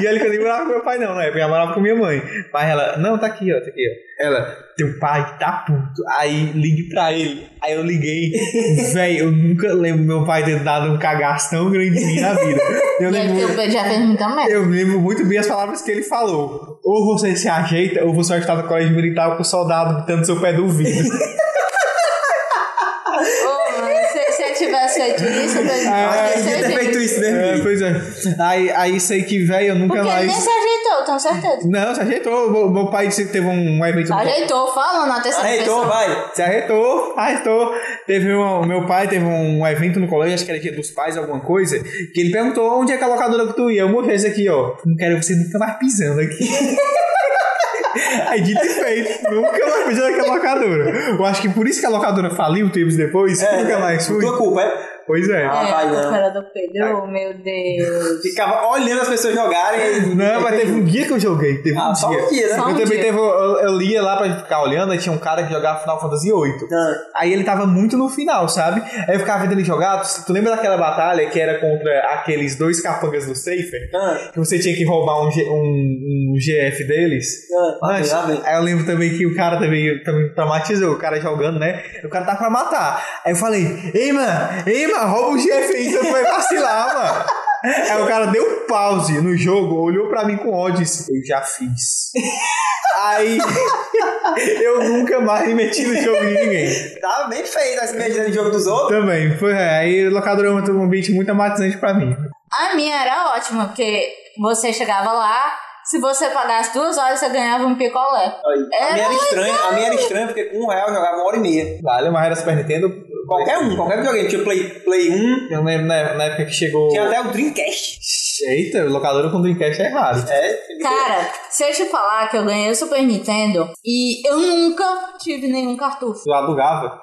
S3: e olha que eu nem morava com meu pai, não, né? Eu morava com minha mãe. Mas ela, não, tá aqui, ó, tá aqui, ó. Ela, teu pai tá puto. Aí ligue pra ele. Aí eu liguei. *laughs* Véi, eu nunca lembro meu pai ter dado um cagaço tão grande em mim na vida. Eu lembro.
S5: Deve ter, já fez muita merda.
S3: Eu lembro muito bem as palavras que ele falou. Ou você se ajeita, ou você vai estar no colégio militar com o soldado botando seu pé do vidro.
S5: Ô, mano, se, se eu tivesse feito isso, *laughs* eu
S3: Ah,
S5: eu
S2: Devia ter feito isso, né?
S3: É, pois é. Aí, aí sei que, velho, eu nunca
S5: Porque ele
S3: mais.
S5: nem se ajeitou, tenho certeza.
S3: Não, se ajeitou. Meu, meu pai disse que teve um evento.
S5: Se ajeitou, falando na terceira
S2: Arreitou,
S5: pessoa.
S2: vai.
S3: Se arretou, arretou. Teve um, meu pai teve um evento no colégio, acho que era dia dos pais, alguma coisa, que ele perguntou onde é que a locadora que tu ia. Eu mostrei isso aqui, ó. Não quero você nunca mais pisando aqui. *laughs* Aí dito e feito, nunca mais pisando naquela locadora. Eu acho que por isso que a locadora faliu tempos depois, nunca mais fui.
S2: É, Tua culpa, é?
S3: Pois é.
S2: Ah, vai,
S5: É,
S2: não.
S5: a cara do Pedro, oh, meu Deus.
S2: Ficava olhando as pessoas jogarem. e-
S3: Não, mas teve um dia que eu joguei. Teve
S2: Ah,
S3: um
S2: só
S3: dia.
S2: um dia, né?
S5: Só um
S3: eu também
S5: dia.
S3: teve. Eu, eu lia lá pra gente ficar olhando, aí tinha um cara que jogava Final Fantasy VIII.
S2: Ah.
S3: Aí ele tava muito no final, sabe? Aí eu ficava vendo ele jogar. Tu, tu lembra daquela batalha que era contra aqueles dois capangas do Safer?
S2: Ah,
S3: Que você tinha que roubar um, G- um, um GF deles?
S2: ah,
S3: Mas,
S2: lá vem.
S3: aí eu lembro também que o cara também, também traumatizou, o cara jogando, né? O cara tá pra matar. Aí eu falei, ei, mano, ei, mano, rouba o GF aí, você não vai vacilar, *laughs* mano. Aí o cara deu pause no jogo, olhou pra mim com ódio e disse, eu já *laughs* fiz. aí eu nunca mais me meti no jogo de ninguém.
S2: Tava bem feio, tá se mexendo no jogo dos outros.
S3: Também, foi, é, aí o locador é um ambiente muito amatizante pra mim.
S5: A minha era ótima, porque você chegava lá, se você pagasse duas horas, você ganhava um picolé.
S2: Aí, a
S5: Era
S2: minha era estranha, a minha era estranha porque com um real eu jogava uma hora e meia.
S3: Vale, mas era Super Nintendo.
S2: Qualquer um, qualquer videogame. Tinha Play, Play 1,
S3: Eu lembro na, na época que chegou.
S2: tinha até o Dreamcast.
S3: Eita, locadora com Dreamcast é raro.
S2: É,
S5: Cara, se eu te falar que eu ganhei o Super Nintendo e eu nunca tive nenhum cartucho.
S3: Tu alugava?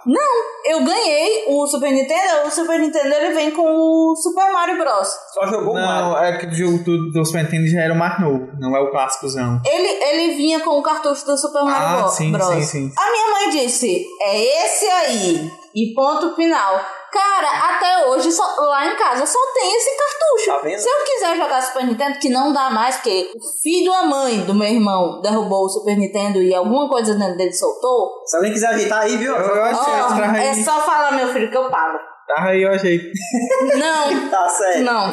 S5: Eu ganhei o Super Nintendo, o Super Nintendo ele vem com o Super Mario Bros.
S2: só jogou
S3: Não,
S2: uma.
S3: é que o jogo do, do Super Nintendo já era o mais novo, não é o clássicozão.
S5: Ele, ele vinha com o cartucho do Super Mario
S3: Ah,
S5: Bros.
S3: sim, sim, sim.
S5: A minha mãe disse: é esse aí. E ponto final. Cara, até hoje só- lá em casa só tem esse cartucho.
S2: Tá vendo?
S5: Se eu quiser jogar Super Nintendo, que não dá mais, porque o filho a mãe do meu irmão derrubou o Super Nintendo e alguma coisa dentro dele soltou.
S2: Se alguém quiser ajeitar aí, viu?
S3: Eu acho que
S5: ó,
S3: traz
S5: é
S3: Tá aí.
S5: só falar, meu filho, que eu pago.
S3: Traz aí, eu achei.
S5: Não,
S2: Tá certo.
S5: não.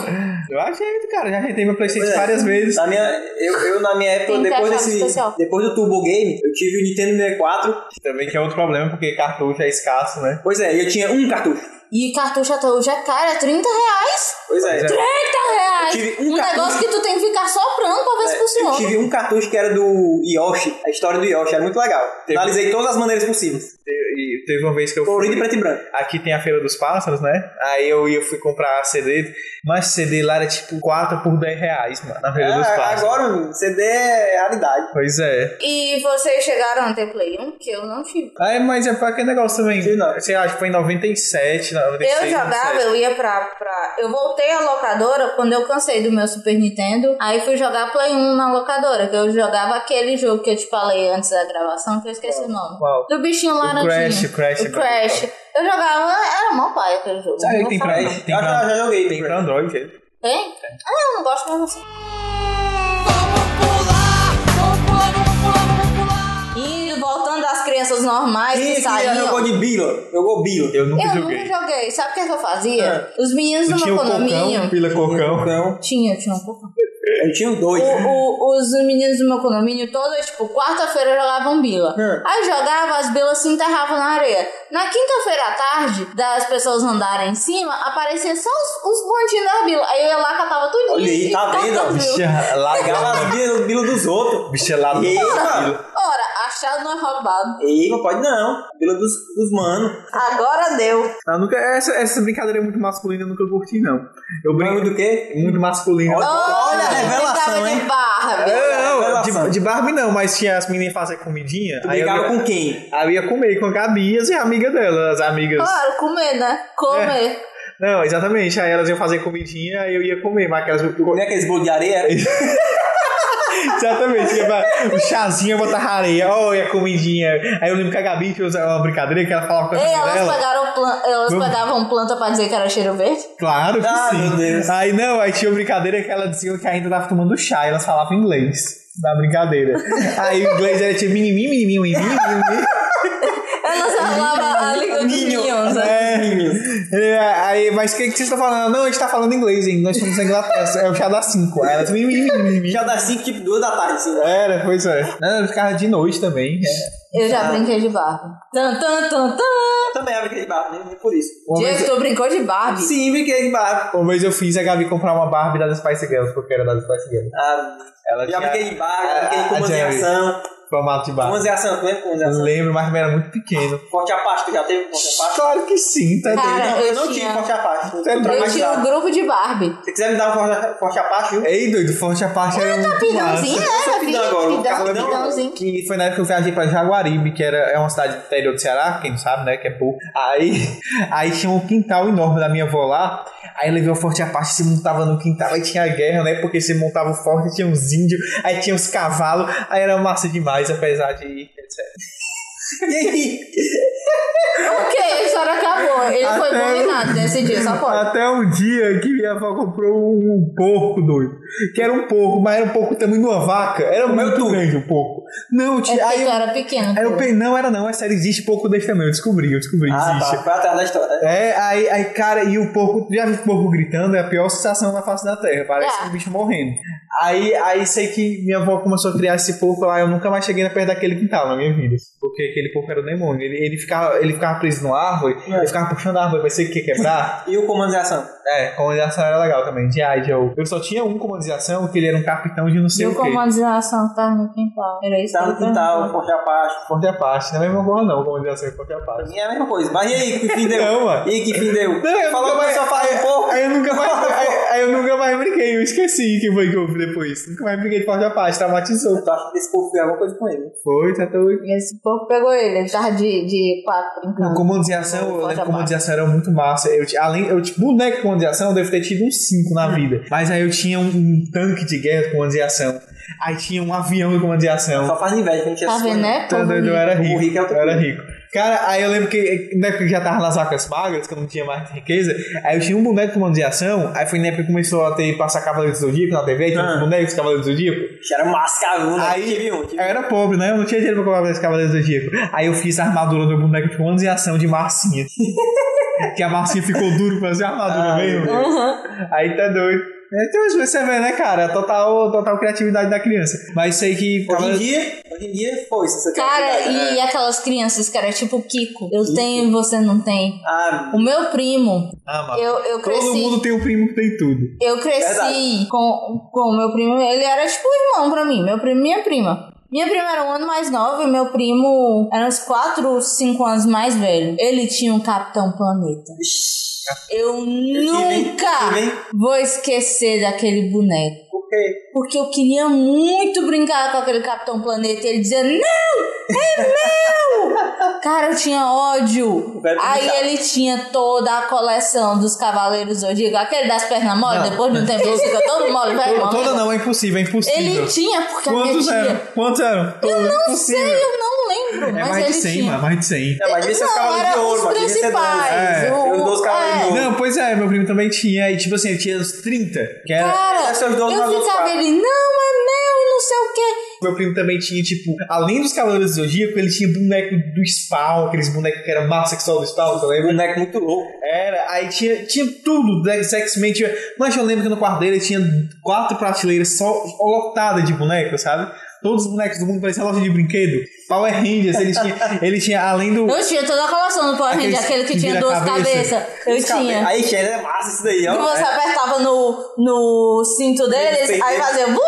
S3: Eu achei, cara, já arretei meu PlayStation
S2: Pois é.
S3: várias vezes.
S2: Na minha, eu, eu, na minha época,
S5: Tem que
S2: depois
S5: achar
S2: desse.
S5: especial.
S2: Depois do Turbo Game, eu tive o Nintendo 64.
S3: Também que é outro problema, porque cartucho é escasso, né?
S2: Pois é, eu tinha um cartucho.
S5: E cartucho até hoje é caro, é 30 reais.
S2: Pois é.
S5: 30 reais!
S2: Eu tive um
S5: Um
S2: cartucho-
S5: negócio que tu tem que ficar soprando pra ver
S3: É,
S5: se
S2: Eu
S5: funciona.
S2: tive um cartucho que era do Yoshi, a história do Yoshi, era muito legal. Analisei todas as maneiras possíveis.
S3: E, e teve uma vez que eu
S2: Colorido e
S3: fui.
S2: preto e branco.
S3: Aqui tem a Feira dos Pássaros, né? Aí eu ia, fui comprar CD, mas CD lá era tipo 4 por 10 reais, mano, na Feira dos
S2: Ah,
S3: Pássaros.
S2: agora, menino, CD é realidade.
S3: Pois é.
S5: E vocês chegaram a ter Play 1, que eu não tive.
S3: Aí, mas é pra aquele negócio também.
S2: Sim, não.
S3: Você acha que foi em 97, 96,
S5: Eu jogava,
S3: 97.
S5: eu ia pra, pra. Eu voltei à locadora quando eu cansei do meu Super Nintendo. Aí fui jogar Play 1 na locadora, que eu jogava aquele jogo que eu te falei antes da gravação, que eu esqueci o nome.
S3: Qual?
S5: Do bichinho laranjinho.
S3: Crash, Crash, é
S5: O Crash. Eu jogava, era mó pai aquele jogo.
S3: Sabe
S5: não
S3: que tem
S5: vou
S3: pra
S5: falar
S3: ele?
S5: não.
S3: Tem
S2: eu
S3: pra-
S2: já, já joguei.
S3: Tem pra Android, ele.
S5: Tem? Ah, eu não gosto mais assim.
S8: Vamos pular, vamos pular, vamos pular, vamos pular.
S5: crianças normais
S2: Quem
S5: que
S2: é que
S5: saíam.
S2: jogou de Bila? Jogou Bila.
S9: Eu nunca
S5: Eu
S9: joguei.
S5: nunca joguei. Sabe o que, é que eu fazia?
S2: Ah,
S5: Os meninos do
S9: Tinha
S5: meu
S2: um
S9: o cocão,
S5: condomínio.
S9: pila cocão.
S2: Então,
S5: Tinha, tinha um pouco.
S2: eu tinha dois.
S5: O- o- os meninos do meu condomínio, todos, tipo, quarta-feira jogavam bila.
S2: É.
S5: Aí jogava, as bilas se enterravam na areia. Na quinta-feira à tarde, das pessoas andarem em cima, aparecia só os, os bondinhos da bila. Aí eu ia lá, catava tudo
S2: Olha aí, tá vendo? ó, Bicha, largava as Bila- Bila dos outros.
S9: Bicha lá no
S2: Eita!
S5: Ora, achado não é roubado.
S2: Ei, não pode não. Bila dos, dos manos.
S5: Agora deu.
S3: Eu nunca, essa, essa brincadeira é muito masculina, eu nunca curti, não. Eu brinco
S2: Bagulho do quê?
S3: muito masculina.
S2: Olha a revelação,
S5: brincava de
S2: hein?
S5: Barbie.
S3: É. Não,
S2: Revelação.
S3: de, de Barbie não, mas tinha as meninas fazer comidinha.
S2: Tu
S3: aí eu
S2: brigava
S3: ia-
S2: com quem?
S3: Aí eu ia comer com a Gabias e a amiga dela, as amigas.
S5: Claro, comer, né? Comer.
S3: Não, exatamente. Aí elas iam fazer comidinha, aí eu ia comer, mas aquelas.
S2: Como é que esse bolo de areia?
S3: exatamente. Ia pra- o chazinho eu botava areia, olha a comidinha. Aí eu lembro que a Gabi tinha uma brincadeira que ela falava com a
S5: Ei,
S3: amiga
S5: elas,
S3: dela.
S5: pegaram plan- elas
S3: É, Vamos.
S5: pegavam planta pra dizer que era cheiro verde?
S3: Claro que
S2: Ah,
S3: sim.
S2: meu Deus.
S3: Aí não, aí tinha uma brincadeira que ela dizia que ainda tava tomando chá e elas falavam inglês. Na brincadeira.
S2: *laughs*
S3: aí o inglês era tipo mimimi, mimimi, mimimi, mimimi.
S5: Elas falavam a língua dos
S2: Minho.
S5: minions, né?
S3: É, aí, mas o que, que vocês estão falando? Não, a gente tá falando inglês, hein? Nós somos da Inglaterra. é o chá das 5. Aí elas mimimi, mimimi.
S2: Já das 5, tipo 2 da tarde, assim. né?
S3: Era, pois é. Não, eu ficava de noite também. né?
S5: Eu
S3: Ah.
S5: já brinquei de Barbie. Tan, tan, tan, tan.
S2: Eu também era brinquei de barro, nem por isso.
S3: Uma
S5: Diego,
S3: vez,
S5: tu brincou de Barbie?
S2: Sim, brinquei de barro.
S3: uma vez eu fiz a Gabi comprar uma Barbie da Spice Girls, porque era da Spice Girls.
S2: Ah,
S3: Ela
S2: já
S3: tinha
S2: brinquei de barro, já brinquei de
S3: a- a
S2: comandos em
S3: Ah, Jerry.
S2: ação.
S3: formato de
S2: Comandos
S3: Barbie.
S2: em ação, tu lembra comandos em ação?
S3: Lembro, mas era muito pequeno.
S2: Forte Apache, tu já teve um Forte Apache?
S3: Claro que sim, tá doido.
S5: Cara,
S2: Não, eu não
S5: tinha-
S2: tive Forte Apache. não
S3: Você é
S2: tô
S5: Eu tinha um
S2: traumatizado.
S5: grupo de Barbie.
S2: Se quiser me dar um Forte- Forte Apache, viu?
S3: Ei, doido, forte a parte era muito
S5: Rapidãozinho,
S3: massa.
S5: né?
S2: Essa
S5: Rapidão,
S2: rapidão agora, o cara
S5: rapidão,
S2: não-
S5: rapidãozinho.
S3: Que foi na época que eu viajei pra Jaguaribe, que era, é uma cidade do interior do Ceará, quem não sabe, né? Que é pouco. Aí, *laughs* aí tinha um quintal enorme da minha avó lá. Aí levei o forte a parte, se montava no quintal, aí tinha a guerra, né? Porque se montava o forte, tinha uns índios, aí tinha os cavalos, aí era massa demais, apesar de. etc. *laughs*
S2: E aí?
S5: Ok, a história acabou. Ele foi
S3: Até eu-
S5: combinado nesse dia, só pode.
S3: Até um dia que minha avó comprou um porco doido. Que era um porco, mas era um porco do tamanho de uma vaca. Era muito grande o porco. Não,
S5: É
S3: tinha.
S5: porque
S3: aí
S5: tu
S3: eu-
S5: era pequeno.
S3: Aí eu
S5: pô.
S3: pensei, não era não, é sério, existe porco desse também, eu descobri, eu descobri,
S2: Ah,
S3: existe.
S2: tá. Foi atrás da história.
S3: É, aí, aí, cara, e o porco, já vi o porco gritando, é a pior sensação na face da terra, parece
S5: É.
S3: um bicho morrendo. Aí, aí sei que minha avó começou a criar esse porco lá, eu nunca mais cheguei na perto daquele quintal na minha vida, assim, porque aquele porco era o demônio, ele, ele, ficava, ele ficava preso numa árvore, ele ficava puxando a árvore, parecia que ia quebrar.
S2: E o comandos em ação?
S3: É, comandização era legal também, de G.I. Joe. Eu só tinha um comandização, que ele era um capitão de não sei
S5: Viu
S3: o quê.
S5: como a designação tava no quintal? Era isso?
S2: Tá no
S5: que eu
S2: quintal, Forte Apache.
S3: Forte a parte, não é a mesma porra não, comandização e forte a parte.
S2: É a mesma coisa. Mas e aí, que fim deu?
S3: Não, mano.
S2: E aí, que fim deu?
S3: Não, eu
S2: Falou
S3: nunca
S2: que
S3: mais-
S2: só fala um pouco.
S3: Aí eu nunca *laughs* mais. aí, aí eu nunca mais brinquei, eu esqueci que foi que eu depois. Nunca mais brinquei de forte a parte, traumatizou.
S2: Tu acha que esse povo fez alguma coisa com ele?
S3: Foi, tá doido.
S5: E esse povo pegou ele, ele tava de, de quatro brincando.
S3: Comandização, eu
S5: Forte
S3: lembro
S5: a
S3: que comandização era muito massa. Eu, ti- além, eu, tipo, boneco de comandização, eu devo ter tido uns 5 na vida. Mas aí eu tinha um, um tanque de guerra de comandização. Aí tinha um avião de comandização.
S2: Só faz inveja, que não tinha
S5: Tá
S2: essas
S5: vendo,
S2: coisas,
S5: né?
S3: Tá
S5: povo
S3: doido, eu
S5: rico?
S3: era rico.
S2: O rico é outra
S3: eu era rico. Cara, aí eu lembro que na época que já tava nas vacas magras, que eu não tinha mais riqueza, aí eu tinha um boneco com mão de ação, aí foi na época que começou a ter passar Cavaleiros do Zodíaco na TV, tinha
S2: Ah.
S3: uns bonecos Cavaleiros do Zodíaco.
S2: Que era mascarudo, né?
S3: Aí-
S2: Tive um,
S3: Eu
S2: tive um.
S3: era pobre, né? Eu não tinha dinheiro pra comprar esse Cavaleiros do Zodíaco. Aí eu fiz a armadura do boneco com mão de ação de massinha. *laughs* que a massinha ficou duro pra fazer a armadura
S2: Ah,
S3: mesmo. Aí tá doido. Então você vê, né, cara? A Total, total criatividade da criança. Mas sei que.
S2: Hoje em
S3: Cavaleiros-
S2: dia, hoje em dia, foi isso. essa
S5: Cara,
S2: criatividade, né?
S5: e aquelas crianças, cara, tipo Kiko. Eu tenho e você não tem.
S2: Ah,
S5: O meu primo,
S3: Ah, mano.
S5: eu, eu cresci.
S3: Todo mundo tem um primo que tem tudo.
S5: Eu cresci
S2: Verdade.
S5: com com o meu primo, ele era tipo um irmão pra mim, meu primo e minha prima. Minha prima era um ano mais nova e meu primo era uns 4, 5 anos mais velho. Ele tinha um Capitão Planeta. Eu
S2: hein?
S5: nunca
S2: Tive, hein?
S5: vou esquecer daquele boneco.
S2: por quê?
S5: Porque eu queria muito brincar com aquele Capitão Planeta. E ele dizia, não,
S2: *laughs*
S5: é meu! Cara, eu tinha ódio.
S2: Vai brincar.
S5: Aí ele tinha toda a coleção dos Cavaleiros Zodíaco. Aquele das pernas mole,
S3: Não.
S5: depois de um tempo ele fica todo mole. Vai,
S3: Toda,
S5: mole.
S3: toda não, é impossível, é impossível.
S5: Ele tinha, porque
S3: Quantos
S5: a minha tia...
S3: eram? Quantos eram? Todos,
S5: Eu não
S3: impossível.
S5: sei, eu não lembro.
S3: É
S5: mas
S3: mais de
S5: ele
S3: 100,
S5: tinha.
S3: mano, mais de 100.
S2: Não, É, mas devia ser o
S5: Não,
S2: cavalo de
S5: era
S2: ouro,
S5: os
S2: mas devia ser dois.
S5: principais.
S3: É,
S5: o-
S2: eu dou os cavalos de
S5: é.
S2: ouro.
S3: Não, pois é, meu primo também tinha, e tipo assim, ele tinha uns 30, que era...
S5: Cara,
S2: Essas duas
S5: eu
S2: nas outras
S5: ficava
S2: quatro.
S5: ele, não, é meu, e não sei o quê.
S3: Meu primo também tinha, tipo, além dos Cavaleiros do Zodíaco, ele tinha boneco do Spawn, aqueles bonecos que eram sexual do Spawn, eu lembro.
S2: um Boneco muito louco.
S3: Era, aí tinha, tinha tudo da X-Men. Tinha... Mas eu lembro que no quarto dele tinha quatro prateleiras só lotada de bonecos, sabe? Todos os bonecos do mundo pareciam loja de brinquedo. Power Rangers, ele tinha, *laughs* ele tinha além do.
S5: Eu tinha toda a coleção do Power Ranger,
S3: Aquele
S5: aquele que tinha
S3: vira
S5: duas
S3: cabeça.
S5: cabeças. Eu tinha.
S2: Aí, cheiro é massa isso daí,
S5: Que
S2: ó.
S5: você apertava no, no cinto deles,
S2: Eles
S5: aí fazia. Bum!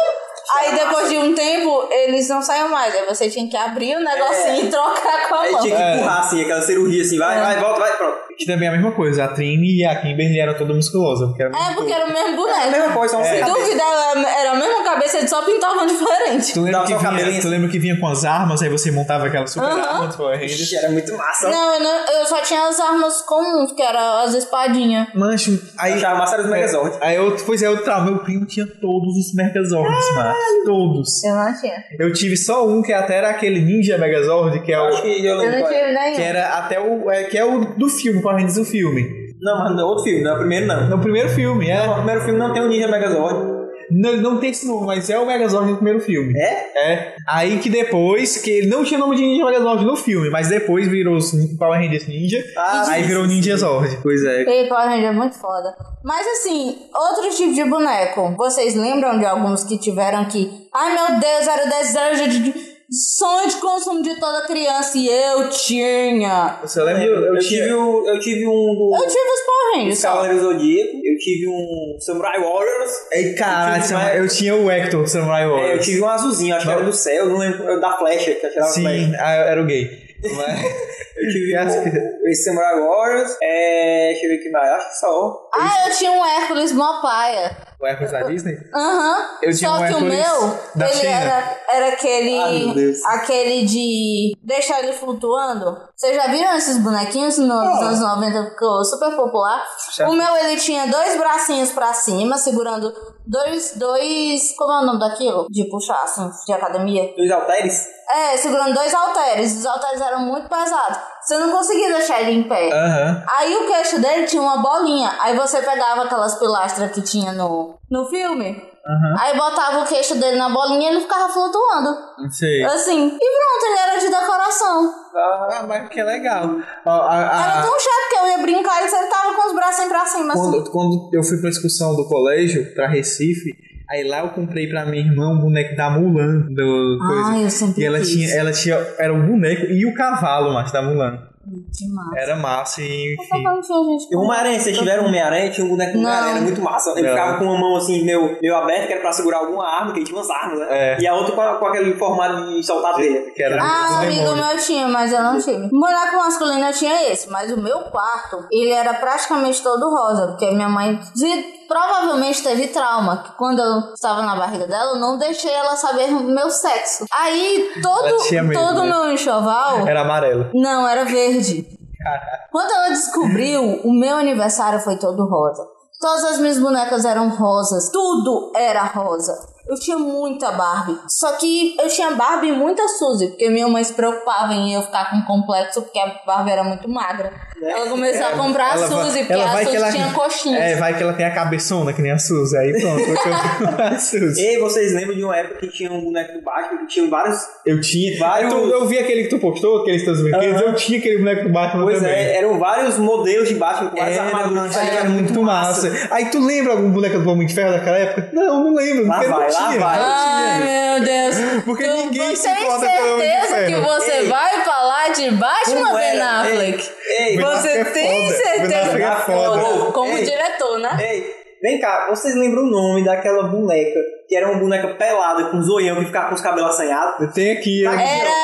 S5: Aí depois de um tempo, eles não saíam mais. Aí você tinha que abrir o negocinho e trocar com a
S2: Aí
S5: mão.
S2: tinha que
S3: É.
S2: empurrar, assim, aquela cirurgia, assim,
S5: É.
S2: vai, vai, volta, vai, pronto.
S3: Que também é a mesma coisa. A Trini e a Kimberly eram todas musculosas. Porque era
S5: É,
S3: muito-
S5: porque era o mesmo
S2: A
S5: boneco.
S2: mesma coisa,
S3: É.
S2: só
S5: Se
S2: você.
S5: dúvida, era- era a mesma cabeça, eles só um pintavam diferente.
S3: Tu lembra,
S2: Dava
S3: que
S2: só o
S3: vinha,
S2: cabelinho.
S3: tu lembra que vinha com as armas, aí você montava aquela super
S5: Aham.
S3: arma dos Power Rangers?
S2: Ixi, era muito massa.
S5: Não, eu, não- eu só tinha as armas comuns, que eram as espadinhas.
S3: Mancho, aí.
S2: Eu achava massa era os Megazord.
S3: Aí eu, pois é, eu tava. Meu primo tinha todos os Megazords, mano. Todos.
S5: Eu não tinha.
S3: Eu tive só um que até era aquele Ninja Megazord, que é
S2: Acho
S3: o.
S2: que eu
S5: Eu
S2: lembro.
S5: não
S2: qual é.
S5: tive
S3: Que
S5: nenhum.
S3: era até o. É, que é o do filme, Power Rangers do filme.
S2: Não, mas no outro filme, não é o primeiro, não.
S3: No primeiro filme, é.
S2: No primeiro filme não tem o Ninja Megazord.
S3: Não, não tem esse nome, mas é o Megazord no primeiro filme. É? É. Aí que depois, que ele não tinha nome de Ninja Megazord no filme, mas depois virou os Nin- Power Rangers Ninja.
S2: Ah,
S3: aí
S2: sim,
S3: virou
S2: sim,
S3: Ninja Zord. Pois é.
S5: Ei, Power Ranger é muito foda. Mas assim, outro tipo de boneco. Vocês lembram de alguns que tiveram que. Ai meu Deus, era o desejo de. de- Sonho de consumo de toda criança e eu tinha.
S3: Você lembra?
S2: É, Eu, eu tive, o- eu tive um do
S5: Eu tive os Power Rangers.
S2: dos
S5: Só.
S2: Cavaleiros do Zodíaco, eu tive um Samurai Warriors,
S3: Ei,
S2: Eu
S3: caralho,
S2: tive
S3: Samurai-
S2: mais-
S3: eu tinha o Hector do Samurai
S2: é, eu
S3: Warriors.
S2: tive um azulzinho, acho que era do céu, não lembro, é da flecha, que achava
S3: Sim,
S2: flecha.
S3: ah, eu era o gay. *laughs*
S2: Eu tive um- esse Samurai Warriors, é, deixa eu ver o que mais, acho que só.
S5: Ah, eu tinha um Hércules mó paia.
S3: o Hércules da Disney?
S5: Aham.
S3: Eu tinha
S5: Só
S3: um
S5: que o
S3: Hércules
S5: meu,
S3: da
S5: ele
S3: China.
S5: era, era aquele.
S2: Ai, Ah, meu Deus.
S5: Aquele de deixar ele flutuando. Vocês já viram esses bonequinhos nos
S2: Ah.
S5: anos 90 que ficou super popular? O meu ele tinha dois bracinhos pra cima, segurando dois. dois. Como é o nome daquilo? De puxar, assim, de academia.
S2: Dois halteres?
S5: É, segurando dois halteres. Os halteres eram muito pesados. Você não conseguia deixar ele em pé.
S3: Aham.
S5: Aí o queixo dele tinha uma bolinha. Aí você pegava aquelas pilastras que tinha no, no filme. Aí botava o queixo dele na bolinha e ele ficava flutuando.
S3: Não sei.
S5: Assim. E pronto, ele era de decoração.
S3: Ah, mas que legal. Ó, a-
S2: Ah,
S3: a-
S5: Era tão chato que eu ia brincar e ele sempre tava com os braços pra cima, assim.
S3: Ah. Quando, quando eu fui pra excursão do colégio, pra Recife, aí lá eu comprei pra minha irmã um boneco da Mulan. Do, coisa.
S5: Ai, eu sempre
S3: E ela
S5: quis.
S3: tinha, ela tinha. Era um boneco e o cavalo, mas da Mulan.
S5: Demais.
S3: Era massa e
S5: Só
S3: enfim.
S5: quando tinha gente
S2: E um Homem-Aranha, vocês tiveram um Homem-Aranha, tinha um boneco do
S5: Não.
S2: Homem-Aranha, era muito massa. Ele
S3: Não.
S2: ficava com uma mão assim, meio, meio aberta, que era pra segurar alguma arma, que ele tinha umas armas, né?
S3: É.
S2: E a outra com, a- com aquele formato de soltar teia.
S3: Que era
S5: Ah,
S3: do
S5: um amigo
S3: demônio.
S5: meu tinha, mas eu não tive. Boneco masculino eu tinha esse, mas o meu quarto, ele era praticamente todo rosa, porque minha mãe de- provavelmente teve trauma, que quando eu estava na barriga dela, eu não deixei ela saber o meu sexo. Aí todo
S3: Ela tinha medo,
S5: todo o
S3: né?
S5: meu enxoval
S3: Era amarelo.
S5: não, era verde. Quando ela descobriu, o meu aniversário foi todo rosa. Todas as minhas bonecas eram rosas. Tudo era rosa. Eu tinha muita Barbie. Só que eu tinha Barbie e muita Suzy, porque minha mãe se preocupava em eu ficar com um complexo, porque a Barbie era muito magra.
S3: Né?
S5: Ela começou a comprar a Suzy, porque a Suzy
S3: *laughs*
S5: tinha coxinha.
S3: É, vai que ela tem a cabeçona que nem a Suzy. Aí pronto, eu tô a Suzy.
S2: E vocês lembram de uma época que tinha um boneco do Batman, que tinha vários
S3: Eu tinha.
S2: Vários-
S3: Eu, eu vi aquele que tu postou, aqueles teus brinquedos.
S2: Aham.
S3: Eu tinha aquele boneco do Batman
S2: Pois
S3: também.
S2: é, eram vários modelos de Batman com várias
S3: Era,
S2: armaduras.
S3: mas era é muito massa. Aí tu lembra algum boneco do Homem de Ferro daquela época? Não, não lembro.
S2: Lá
S3: porque não
S2: vai, lá
S3: tinha.
S2: vai.
S5: Ai, meu Deus.
S3: Porque
S5: Tu-
S3: ninguém
S5: Ah, então você
S3: se
S5: tem
S3: importa com o Homem de
S5: certeza que
S3: Ferro.
S5: você
S2: Ei.
S5: vai falar de Batman
S2: Como
S5: Ben
S2: era?
S5: Affleck?
S2: Ei,
S3: Ben
S5: Você
S3: Affleck é
S5: tem
S3: foda. Ben
S5: certeza?
S3: Affleck é foda.
S5: Como- Como
S2: Ei.
S5: diretor, né?
S2: Ei, vem cá, vocês lembram o nome daquela boneca que era uma boneca pelada com zoião que ficava com os cabelos assanhados?
S3: Eu tenho aqui.
S2: Tá
S3: eu-
S5: Era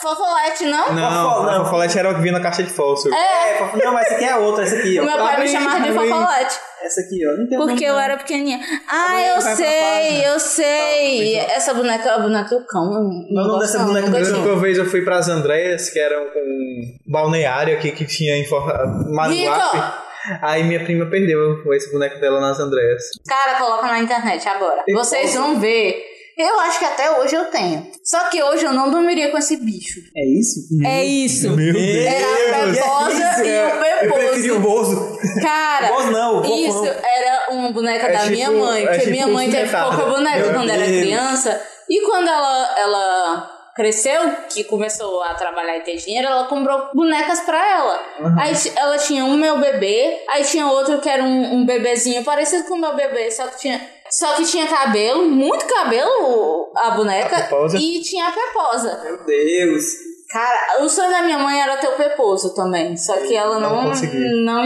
S5: fofolete, não?
S3: Não,
S2: Fofo- não.
S3: a Fofolete era o que vinha na caixa de fósforo.
S2: É, fofo- não, mas essa aqui é outra, essa aqui,
S5: O
S2: ó.
S5: meu pai me chamava de
S3: Amém.
S5: fofolete.
S2: Essa aqui, ó. Não tem
S5: Porque eu
S2: nome,
S5: era pequenininha. Ah,
S3: vai
S5: eu
S3: pra
S5: sei,
S3: página.
S5: eu sei. Essa boneca é a boneca do cão. eu não
S2: o nome
S5: gosto,
S2: dessa
S5: não,
S2: boneca é
S5: nunca
S3: Eu
S2: mesmo?
S3: lembro
S5: tive.
S3: que uma vez eu fui pras Andréas, que era um balneário aqui que tinha em Forra- Maruape. Aí minha prima perdeu esse boneco dela nas Andréas.
S5: Cara, coloca na internet agora. Vocês vão ver. Eu acho que até hoje eu tenho. Só que hoje eu não dormiria com esse bicho.
S2: É isso?
S5: É isso.
S3: Meu *laughs* É
S5: Era a
S2: *laughs*
S5: Barbosa e o
S2: é Eu um preferi o
S5: Beboso.
S2: Bozo.
S5: Cara,
S2: Bozo não, o Fofão.
S5: isso era uma boneca
S3: É
S5: da
S3: tipo-
S5: minha mãe.
S3: é
S5: Porque
S3: tipo
S5: minha mãe
S3: um
S5: teve
S3: sujeitado.
S5: pouca boneca
S3: Meu
S5: quando era
S2: Deus.
S5: criança. E quando ela, ela cresceu, que começou a trabalhar e ter dinheiro, ela comprou bonecas pra ela.
S3: Uhum.
S5: Aí ti- ela tinha um meu bebê, aí tinha outro que era um, um bebezinho parecido com o meu bebê, só que tinha. Só que tinha cabelo, muito cabelo o- a boneca.
S3: A Peposa.
S5: e tinha a peposa.
S2: Meu Deus.
S5: Cara, o sonho da minha mãe era ter o Peposo também. Só que ela não,
S3: não
S5: não,
S3: consegui.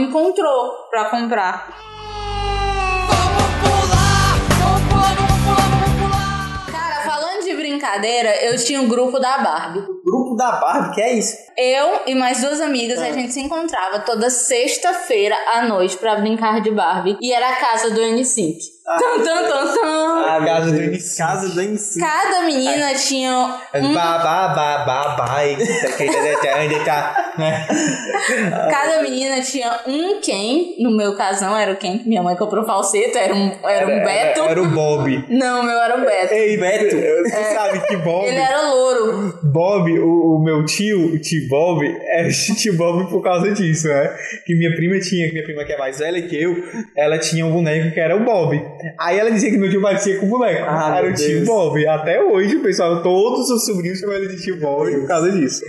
S5: encontrou pra comprar. Cara, falando de brincadeira, eu tinha um grupo da Barbie.
S2: Grupo da Barbie, que é isso?
S5: Eu e mais duas amigas, a gente se encontrava toda sexta-feira à noite pra brincar de Barbie. E era a casa do N5. Tan, tan, tan, tan.
S2: Ah,
S3: Casa do
S2: N5. Casa do N5.
S5: Cada menina tinha um
S3: Babá, babá, bai.
S2: tá,
S3: Ainda tá. né?
S5: Cada menina tinha um Ken, no meu caso não era o Ken, que minha mãe comprou falseta, era um, era um Beto.
S3: Era o Bob.
S5: Não, o meu era o Beto.
S3: Ei, Beto. Você sabe que Bob.
S5: É. Ele era louro.
S3: Bob, o, o meu tio, o tio Bob, *laughs* é tio Bob por causa disso, né? Que minha prima tinha, que minha prima que é mais velha que eu, ela tinha um boneco que era o Bob. Aí ela dizia que meu tio parecia com o boneco.
S2: Ah,
S3: era
S2: meu
S3: o tio
S2: Deus.
S3: Bob. Até hoje, o pessoal, todos os sobrinhos chamam ele de tio Bob por causa disso.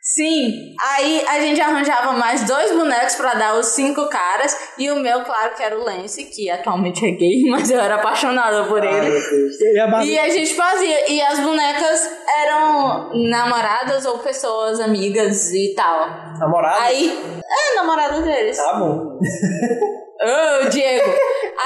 S5: Sim. Aí a gente arranjava mais dois bonecos pra dar os cinco caras. E o meu, claro, que era o Lance, que atualmente é gay, *laughs* mas eu era apaixonada por ele.
S3: E a Barbie-
S5: E a gente fazia. E as bonecas eram namoradas ou pessoas amigas e tal.
S2: Namorado?
S5: Aí. É, namorada deles.
S2: Tá bom.
S5: Ô, Diego!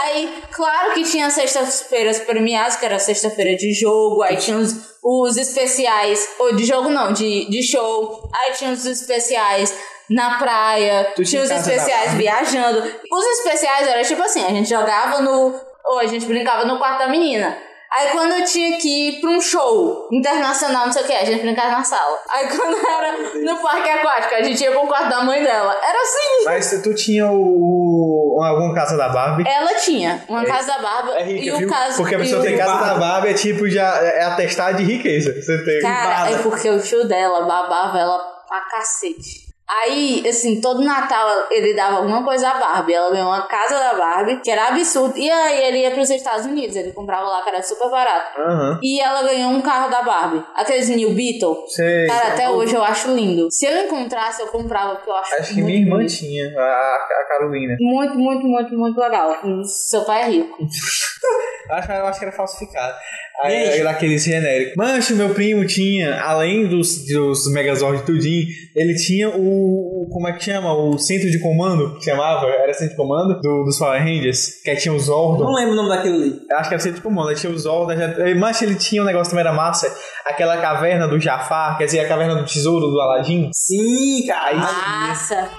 S5: Aí, claro que tinha sextas-feiras premiadas, que era sexta-feira de jogo, aí tinha os, os especiais, ou de jogo não, de, de show, aí tinha os especiais na praia,
S3: Tu
S5: tinha
S3: tinha
S5: os
S3: casa da
S5: especiais
S3: Barbie?
S5: viajando. Os especiais era tipo assim, a gente jogava no. ou a gente brincava no quarto da menina. Aí quando eu tinha que ir pra um show internacional, não sei o que, a gente brincava na sala. Aí quando era no parque aquático, a gente ia pro quarto da mãe dela. Era assim.
S3: Mas tu- tu tinha o, o- alguma casa da Barbie?
S5: Ela tinha uma
S3: É.
S5: casa da barba e um caso.
S3: Porque a
S5: e
S3: pessoa
S5: um-
S3: tem casa da Barbie é tipo já é atestado de riqueza. Você tem um
S5: Cara, é
S3: Barbie.
S5: porque o tio dela babava ela pra cacete. Aí, assim, todo Natal ele dava alguma coisa à Barbie. Ela ganhou uma casa da Barbie, que era absurdo. E aí ele ia pros Estados Unidos, ele comprava lá, que era super barato.
S3: Aham.
S5: E ela ganhou um carro da Barbie. Aqueles New Beetle.
S3: Sei.
S5: Cara, até hoje eu acho lindo. Se eu encontrasse, eu comprava, porque eu acho
S3: Acho que
S5: muito
S3: minha irmã
S5: bonito.
S3: tinha, a, a Carolina.
S5: Muito, muito, muito, muito legal. Seu pai é rico.
S3: Acho, eu acho que era falsificado.
S2: Gente.
S3: Aí, daquele genérico. Mancho, meu primo tinha, além dos, dos Megazord tudinho, ele tinha o, o- Como é que chama? O centro de comando, que chamava? Era centro de comando? Do, dos Power Rangers? Que aí tinha o Zordon.
S2: Não lembro o nome daquilo ali.
S3: Acho que é assim, era centro de comando. Aí tinha o Zordon. Já, eh, mancho, ele tinha um negócio também era massa. Aquela caverna do Jafar, quer dizer, a caverna do tesouro do Aladdin.
S2: Sim, cara.
S5: Massa.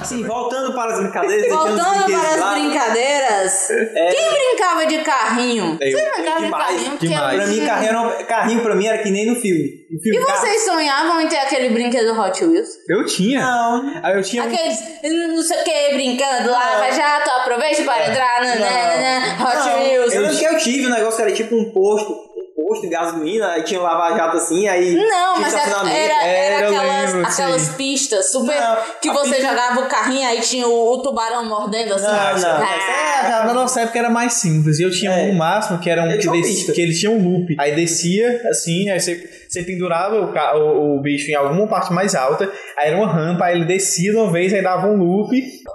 S2: Assim, voltando para as brincadeiras. deixando os
S5: Voltando para
S2: brinquedos
S5: as
S2: lá. É.
S5: brincadeiras. Quem brincava de carrinho?
S3: Eu.
S5: Vocês brincavam de
S2: Demais,
S5: carrinho? Porque
S3: demais.
S2: Pra mim, carrinho, era um- carrinho pra mim era que nem no filme. No filme
S5: E vocês sonhavam em ter aquele brinquedo Hot Wheels?
S3: Eu tinha.
S2: Carro, não.
S3: Aí eu tinha um
S5: Aqueles hum, não sei o que, brincando, lava jato, aproveite para entrar, nananana, Hot
S2: É. Não,
S5: Wheels.
S2: Eu lembro que eu tive um negócio que era tipo um posto, um posto de gasolina, aí tinha um lava-jato assim, aí.
S5: Não,
S2: tinha
S5: mas era,
S2: estacionamento.
S5: era, era
S3: Era, É, eu
S5: aquelas,
S3: lembro,
S5: aquelas
S3: sim.
S5: pistas super.
S2: Não,
S5: que
S2: a
S5: você
S2: pista-
S5: jogava o carrinho aí tinha o, o tubarão mordendo assim.
S2: Não, não.
S3: É,
S5: Ah,
S3: já na nossa época era mais simples. E eu tinha
S2: É.
S3: um máximo que era um
S2: Eu
S3: que,
S2: tinha uma
S3: des-
S2: pista.
S3: que ele tinha um loop. Aí descia assim, aí você, você pendurava o, ca- o- o bicho em alguma parte mais alta, aí era uma rampa, aí ele descia de uma vez, aí dava um loop.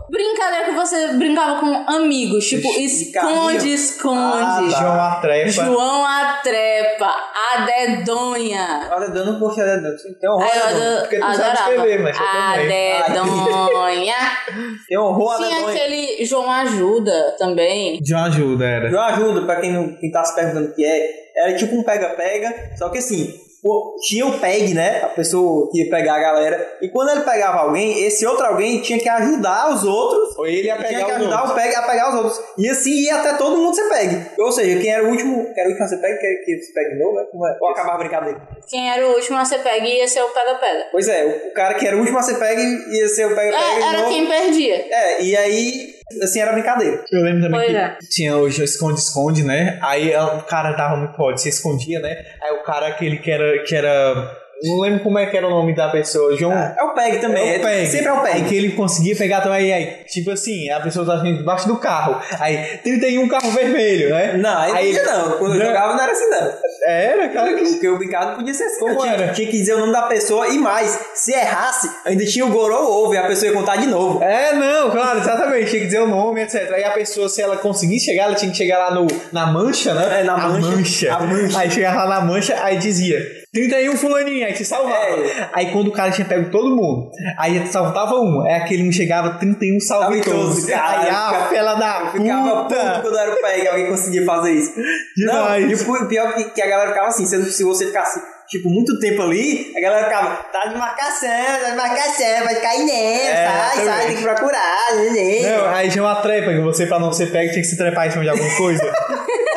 S5: Brincadeira que você brincava com amigos, tipo,
S2: De carrinho?
S5: esconde,
S3: Tá.
S5: esconde.
S2: Ah,
S3: João a trepa.
S5: João a trepa, a dedonha.
S2: Olha, dando um posto de dedonha. Tem horror
S5: Ah. Aí eu
S2: a dedonha.
S5: ado-
S3: porque tu sabe
S5: adorava.
S3: escrever, mas eu
S5: a
S3: também.
S5: dedonha.
S2: Tem um horror a *laughs*
S5: Tinha
S2: dedonha.
S5: aquele João Ajuda também.
S3: João ajuda, era.
S2: Eu ajudo, pra quem, não, quem tá se perguntando o que é. Era tipo um pega-pega, só que assim, o- tinha o PEG, né? A pessoa que ia pegar a galera. E quando ele pegava alguém, esse outro alguém tinha que ajudar os outros
S3: Ou ele ia
S2: E tinha que
S3: pegar o
S2: ajudar
S3: outro.
S2: o PEG a pegar os outros. E assim ia até todo mundo ser PEG. Ou seja, quem era o último, que era o último a ser PEG, que, que se PEG de novo, né? Como é? Ou acabar a brincadeira.
S5: Quem era o último a ser pega ia ser o pega-pega.
S2: Pois é, o, o cara que era o último a ser PEG ia ser o PEG
S5: É,
S2: PEG de
S5: era
S2: novo.
S5: quem perdia.
S2: É, e aí, assim, era brincadeira.
S3: Eu lembro também
S5: Pois
S3: que
S5: é.
S3: tinha o esconde-esconde, ah, né? Aí ela- o cara tava muito forte, se escondia, né? Aí o cara, aquele que era. Que era Não lembro como é que era o nome da pessoa. João.
S2: É o PEG também.
S3: É o PEG.
S2: Sempre é o
S3: Aí
S2: PEG.
S3: que ele conseguia pegar também, aí, tipo assim, a pessoa tava debaixo do carro. Aí, 31 carro vermelho, né?
S2: Não, aí, não podia não. Quando eu jogava não era assim não.
S3: Era, cara. que-
S2: Porque o brincado não podia ser assim.
S3: Como
S2: não. tinha,
S3: era?
S2: tinha que dizer o nome da pessoa e mais. Se errasse, ainda tinha o Gorou Ovo e a pessoa ia contar de novo.
S3: É, não, claro, exatamente. Tinha que dizer o nome, etc. Aí a pessoa, se ela conseguisse chegar, ela tinha que chegar lá no, na mancha, né?
S2: É, na
S3: A
S2: mancha. A mancha.
S3: Aí chegava lá na mancha, aí dizia 31 fulaninho, aí te salvava.
S2: É.
S3: Aí quando o cara tinha pego todo mundo, aí saltava um. Aí aquele não chegava, 31 salve
S2: Salve todos,
S3: todos.
S2: cara.
S3: Aí, ah,
S2: Fica-
S3: fela da
S2: Ficava puto
S3: puta!
S2: quando era o PEG alguém conseguia fazer isso.
S3: Demais.
S2: Não, e o pu- pior que, que a galera ficava assim, sendo que se você ficasse, tipo, muito tempo ali, a galera ficava, tá de marcação, tá de marcação, vai cair nessa,
S3: É,
S2: sai, sai,
S3: também.
S2: tem que procurar, né, né.
S3: Não, é aí tinha uma trepa que você, pra não ser pego, tinha que se trepar em cima de alguma coisa.
S2: *laughs*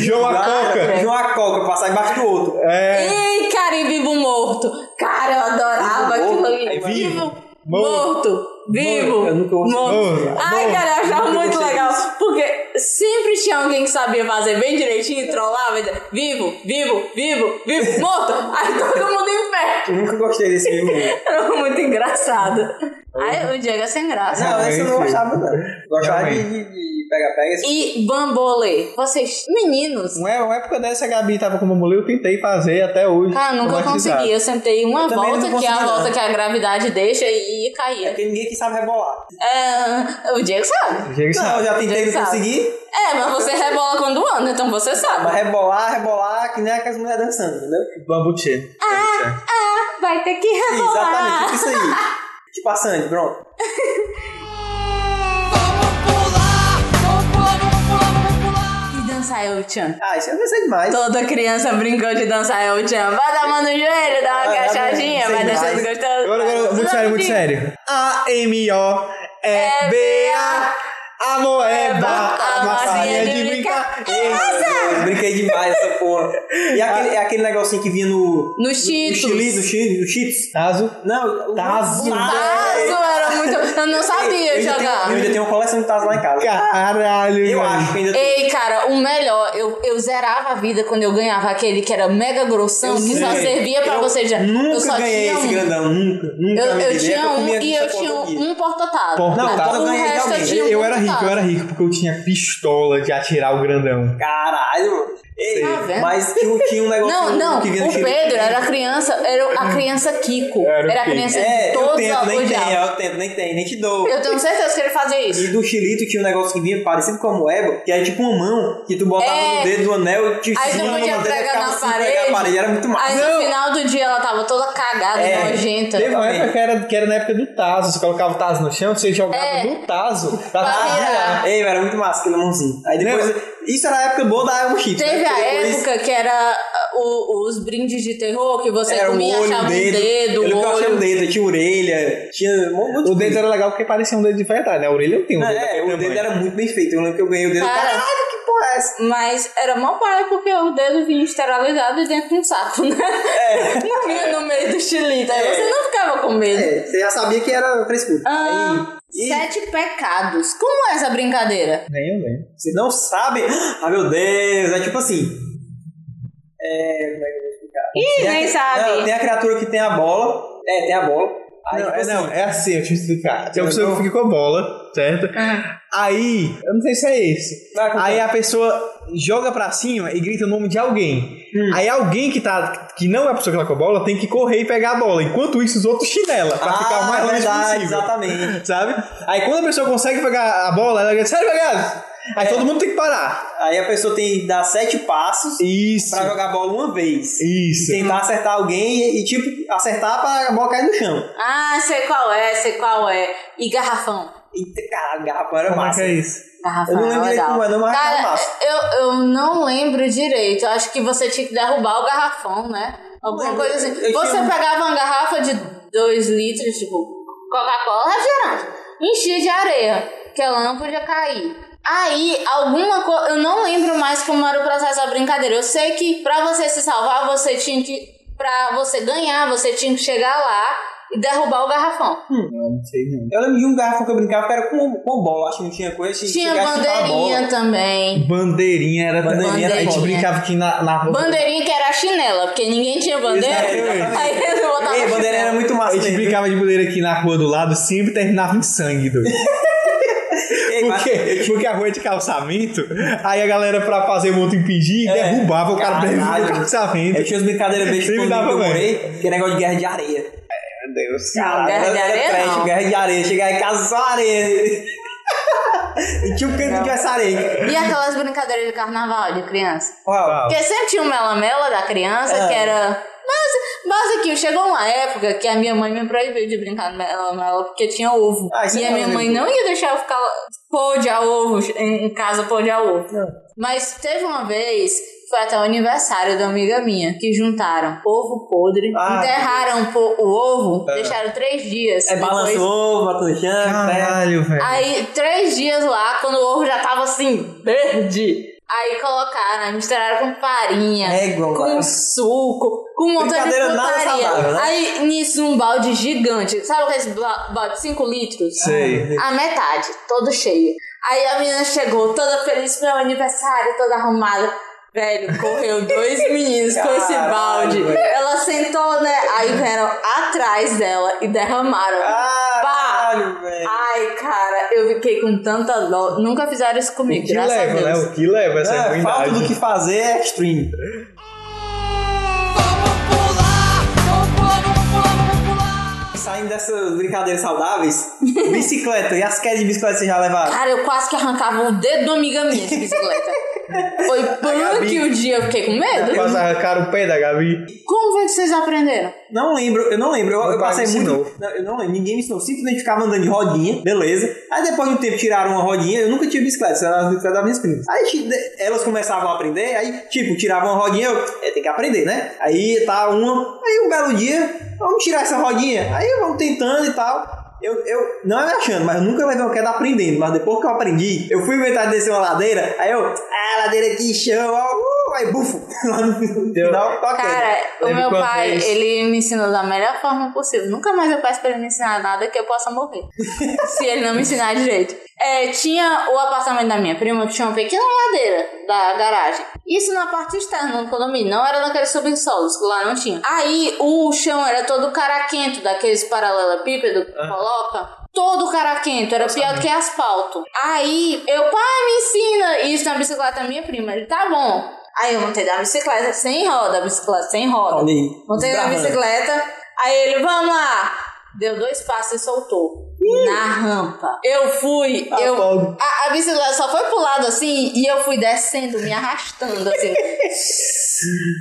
S3: João a coca.
S2: João a coca, passar embaixo do outro.
S3: É.
S5: Ei, cara, e vivo morto. Cara, eu
S2: Vivo
S5: adorava aquilo
S2: morto?
S5: ali.
S2: É vivo?
S5: morto, vivo,
S2: eu nunca ouvi-
S5: morto.
S3: Morto,
S5: Ai,
S3: morto.
S5: cara, eu achava
S2: Nunca
S5: muito
S2: gostei
S5: legal. Porque sempre tinha alguém que sabia fazer bem direitinho, trollava, e dizia, vivo, vivo, vivo, vivo, morto. *laughs* Aí todo mundo em pé.
S2: Eu nunca gostei *laughs* desse vivo morto.
S5: Era muito engraçado. Ai, o Diego é sem graça.
S2: Não, esse eu não gostava, não. Gostava de
S3: Realmente.
S2: de- de assim, pega-pega. esse-
S5: E bambolê. Vocês, meninos.
S3: Uma uma época dessa a Gabi tava com o bambolê, eu tentei fazer até hoje.
S5: Cara, eu Ah, nunca
S3: traumatizado.
S5: consegui. Eu sentei uma
S2: também não
S5: volta, que é a
S2: consegui,
S5: volta
S2: não.
S5: que a gravidade deixa e
S2: É
S5: caía.
S2: porque ninguém aqui sabe rebolar.
S5: É, o Diego sabe.
S3: Chega assim,
S2: Não, eu já tentei,
S5: Ninguém
S2: não
S5: sabe.
S2: consegui.
S5: É, mas você rebola quando anda, então você
S2: Mas
S5: sabe.
S2: rebolar, rebolar, que nem aquelas mulheres dançando, entendeu?
S3: Bambuchê.
S5: Ah! Vai ter que
S2: Exatamente, tipo isso aí. Tipo a Sandy, pronto.
S5: E dançar El-Chan.
S2: Ah, isso eu não sei demais.
S5: Toda criança brincou de dançar El-Chan. Vai dar a mão no joelho, dá uma
S2: Ah,
S5: agachadinha,
S2: sei
S5: vai
S2: demais.
S5: deixando gostoso.
S3: Agora, agora, muito sério, muito sério. A-M-O-E-B-A Amoeba,
S5: tá,
S3: a massinha de brincar.
S5: É massa!
S2: Eu brinquei demais essa porra. E
S5: Ah.
S2: aquele, é aquele negocinho que vinha no.
S5: Nos
S2: No
S5: Cheetos.
S2: Chile, do Chile, do Cheetos.
S3: Tazo.
S2: Não, o É,
S3: Tazo.
S5: Tazo era muito... Eu não Tá sabia
S2: eu ainda
S5: jogar.
S2: Tenho, eu ainda tenho uma coleção de Tazo lá em casa.
S3: Caralho,
S2: eu
S3: velho.
S2: acho que ainda tenho.
S5: Ei, cara, o melhor, eu, eu zerava a vida quando eu ganhava aquele que era mega grossão,
S2: Eu
S5: que só
S2: sei.
S5: servia pra
S2: Eu
S5: você já. eu
S2: Nunca
S5: só
S2: ganhei
S5: tinha
S2: esse
S5: um.
S2: grandão, nunca. Nunca
S5: Eu,
S2: me
S5: eu
S2: liguei, porque
S5: tinha um
S2: né? comia
S5: e
S2: essa
S5: eu
S2: porra
S5: tinha
S2: todo dia.
S5: um portotado.
S3: Porta-tazo.
S5: Não,
S2: eu
S5: o
S2: ganhei
S5: resto eu
S2: realmente.
S5: tinha um
S3: tá Eu era rico, eu
S5: portotado.
S3: era rico, porque eu tinha pistola de atirar o grandão.
S2: Caralho, mano. Ei,
S5: Tá vendo?
S2: mas tinha, tinha
S5: *laughs*
S2: um negocinho
S5: Não, não,
S2: que vinha no
S5: o
S2: Chile.
S5: Pedro era criança, era a criança Kiko.
S3: Era o
S5: Era a
S3: Kiko.
S5: criança
S2: É,
S5: de
S2: eu
S5: todos
S2: tento, nem tem,
S5: odiavam.
S2: eu tento, nem tem, nem te dou.
S5: Eu tenho certeza que ele fazia
S2: E
S5: isso.
S2: do Chilito tinha um negócio que vinha parecido com a moeba, que era tipo uma mão que tu botava
S5: É.
S2: no dedo do anel e te
S5: Aí tu
S2: ficava
S5: podia
S2: no dedo,
S5: pegar
S2: ficava
S5: na
S2: assim, pegar
S5: parede.
S2: a parede. Era muito massa.
S5: Aí no final do dia ela tava toda cagada,
S2: É,
S5: nojenta.
S3: Teve uma
S2: também.
S3: época que era, que era na época do Tazo. Você colocava o Tazo no chão, você jogava
S5: É.
S3: no Tazo pra
S5: Pra virar.
S3: virar.
S2: Ei, mas Ah, era muito massa aquele mãozinho. Aí depois. Isso era a época boa da Elmo Chips.
S5: Teve
S2: né?
S5: a
S2: Porque depois
S5: época que era o- os brindes de terror, que você
S2: Era o
S5: comia,
S2: olho,
S5: achava
S2: o dedo.
S5: um dedo,
S2: eu
S5: o
S2: lembro que eu achava
S5: olho.
S2: o dedo, tinha orelha, tinha. um monte de
S3: O dedo
S2: coisa.
S3: era legal porque parecia um dedo de verdade, né? A orelha eu tenho. um
S2: Não,
S3: dedo
S2: É,
S3: daquele
S2: o
S3: tamanho.
S2: dedo era muito bem feito. Eu lembro que eu ganhei o dedo.
S5: Cara.
S2: Caralho, que porra é essa?
S5: Mas era mó pai, porque o dedo vinha esterilizado e dentro de um saco, né? *laughs* Não vinha no meio do xilito, aí
S2: É.
S5: você não ficava com medo.
S2: É, você já sabia que era frescura.
S5: Ah,
S2: Aí- e-
S5: Sete pecados. Como é essa brincadeira?
S3: Nem eu lembro.
S2: Vocês não sabem. Ah, meu Deus! É tipo assim. É. Como é que eu vou explicar?
S5: Ih,
S2: Tem a-
S5: nem sabe.
S2: Não, tem a criatura que tem a bola. É, tem a bola. Aí,
S3: não,
S2: tipo
S3: é,
S2: assim,
S3: não, é assim, eu te explicar. Tem uma pessoa
S2: Entendeu?
S3: que fica com a bola, certo? Aí, eu não sei se é esse.
S2: Ah. Vai com
S3: Aí
S2: calma.
S3: a pessoa joga pra cima e grita o nome de alguém.
S2: Hum.
S3: Aí alguém que tá, que não é a pessoa que tá com a bola, tem que correr e pegar a bola. Enquanto isso, os outros chinela pra
S2: Ah,
S3: ficar o mais longe
S2: verdade,
S3: possível.
S2: exatamente.
S3: Sabe? Aí quando a pessoa consegue pegar a bola, ela grita, sério, pegado?
S2: É.
S3: Aí todo mundo tem que parar.
S2: Aí a pessoa tem que dar sete passos
S3: Isso.
S2: pra jogar a bola uma vez.
S3: Isso.
S2: Tentar acertar alguém e, e, tipo, acertar pra a bola cair no chão.
S5: Ah, sei qual é, sei qual é. E garrafão.
S2: Eita, caralho, garrafa era
S3: Como é que
S2: massa.
S3: é isso?
S5: Garrafão
S2: Eu não lembro
S5: é
S2: direito
S5: legal.
S2: como é, não, mas era
S5: Cara,
S2: massa.
S5: eu, eu não lembro direito. Eu Acho que você tinha que derrubar o garrafão, né? Alguma
S2: Lembro.
S5: coisa assim.
S2: Eu
S5: Você
S2: tinha um-
S5: pegava uma garrafa de 2 litros, tipo, Coca-Cola, refrigerante, enchia de areia, que ela não podia cair. Aí, alguma coisa. Eu não lembro mais como era o processo da brincadeira. Eu sei que pra você se salvar, você tinha que. Pra você ganhar, você tinha que chegar lá e derrubar o garrafão.
S2: Hum,
S3: Não sei não.
S2: Eu lembro de um garrafão que eu brincava que era com, com bola, acho que não tinha coisa. Tinha,
S5: Tinha
S2: chegasse a chutar a bola.
S5: bandeirinha também.
S3: Bandeirinha era
S2: Bandeirinha
S5: era
S3: A gente
S5: foda.
S3: brincava aqui na, na rua.
S5: Bandeirinha que era a chinela, porque ninguém tinha bandeira.
S2: Exatamente.
S5: Aí eles botavam
S2: Ei, bandeira era muito
S3: A
S2: massa.
S3: gente
S2: mesmo.
S3: brincava de bandeira aqui na rua do lado, sempre terminava em sangue, doido.
S2: Ei,
S3: Por
S2: mas-
S3: quê? Porque a rua é de calçamento, aí a galera pra fazer muito impedir,
S2: É.
S3: derrubava o cara
S2: Caralho.
S3: derrubava o
S2: Eu
S3: calçamento.
S2: tinha as brincadeiras bem
S3: Sempre
S2: escondidas
S3: dava
S2: que eu
S3: bem.
S2: morei, que é negócio de guerra de areia.
S3: Meu Deus,
S5: Guerra de
S2: Era
S5: areia,
S2: trash,
S5: não.
S2: Ah, Guerra de areia. Chegar em casa só areia. *laughs* e tinha um canto de essa areia.
S5: E aquelas brincadeiras de carnaval de criança?
S2: Uau.
S5: Porque sempre tinha um melamela da criança
S2: É.
S5: que era. Mas, mas aqui, chegou uma época que a minha mãe me proibiu de brincar no melamela porque tinha ovo.
S2: Ah, isso
S5: e
S2: é
S5: a minha mãe
S2: maravilhoso.
S5: não ia deixar eu ficar pôdear ovo em em casa, pôdear ovo.
S2: Ah.
S5: Mas teve uma vez, foi até o aniversário da amiga minha, que juntaram ovo podre,
S2: Ah,
S5: enterraram po- o ovo, deixaram três dias.
S2: É
S5: depois-
S2: balançou, bota no chão, pega.
S3: Caralho, velho.
S5: Aí, três dias lá, quando o ovo já tava assim, verde. Aí colocaram, aí misturaram com farinha,
S2: É igual,
S5: com
S2: cara.
S5: suco, com um montão de
S2: Brincadeira nada
S5: putaria.
S2: saudável, né?
S5: Aí nisso um balde gigante. Sabe aqueles ba- balde de 5 litros?
S3: Sei.
S5: A metade, todo cheio. Aí a menina chegou toda feliz pro meu aniversário, toda arrumada. Velho, correu
S2: *laughs*
S5: dois meninos com esse
S2: Caralho,
S5: balde.
S2: velho.
S5: Ela sentou, né? Aí vieram atrás dela e derramaram.
S2: Ah, Caralho, velho.
S5: Ai, cara, eu fiquei com tanta dó. Nunca fizeram isso comigo,
S3: O que
S5: graças
S3: leva,
S5: a
S3: né?
S5: Deus.
S3: O que leva essa
S2: É, falta do
S3: ruindade?
S2: que fazer é stream. Saindo dessas brincadeiras saudáveis, bicicleta. E as quedas de bicicleta você já levaram?
S5: Cara, eu quase que arrancava o dedo da amiga minha de bicicleta. Foi punk o dia, eu fiquei com medo.
S3: Quase arrancaram o pé da Gabi.
S5: Como foi que vocês aprenderam?
S2: Não lembro, eu não lembro. Eu,
S3: Meu
S2: eu
S3: pai
S2: passei
S3: me
S2: muito.
S3: ensinou.
S2: Não, eu não lembro, ninguém me ensinou. Simplesmente ficava andando de rodinha, beleza. Aí depois de um tempo tiraram uma rodinha, eu nunca tive bicicleta, isso era as bicicletas das minhas primas. Aí ti- de- elas começavam a aprender, aí, tipo, tiravam uma rodinha, eu é, tem que aprender, né? Aí tá uma. Aí um belo dia, vamos tirar essa rodinha. Aí vamos tentando e tal. Eu, eu não é me achando, mas eu nunca levei um queda aprendendo. Mas depois que eu aprendi, eu fui inventar de descer uma ladeira, aí eu, ah, ladeira aqui, chão, ó, uh, aí bufo. *laughs* Lá no final, toca.
S5: Cara, o
S3: Lembro
S5: meu
S3: quando
S5: pai,
S3: fez.
S5: ele me ensinou da melhor forma possível. Nunca mais eu peço pra ele me ensinar nada que eu possa morrer. se ele não me ensinar direito. É, tinha o apartamento da minha prima que tinha uma pequena ladeira da garagem. Isso na parte externa do condomínio, não era naqueles subsolos, que lá não tinha. Aí o chão era todo caraquento, daqueles paralelepípedos que coloca. Todo caraquento, era pior do que asfalto. Aí eu, pai, me ensina isso na bicicleta da minha prima. Ele, tá bom. Aí eu montei da bicicleta sem roda, bicicleta sem roda.
S2: Olha aí,
S5: Montei na
S2: desbravando.
S5: bicicleta. Aí ele, vamos lá! Deu dois passos e soltou. Na rampa. Eu fui,
S2: Tá
S5: eu. A, a bicicleta só foi pro lado assim e eu fui descendo, me
S2: *laughs*
S5: arrastando assim.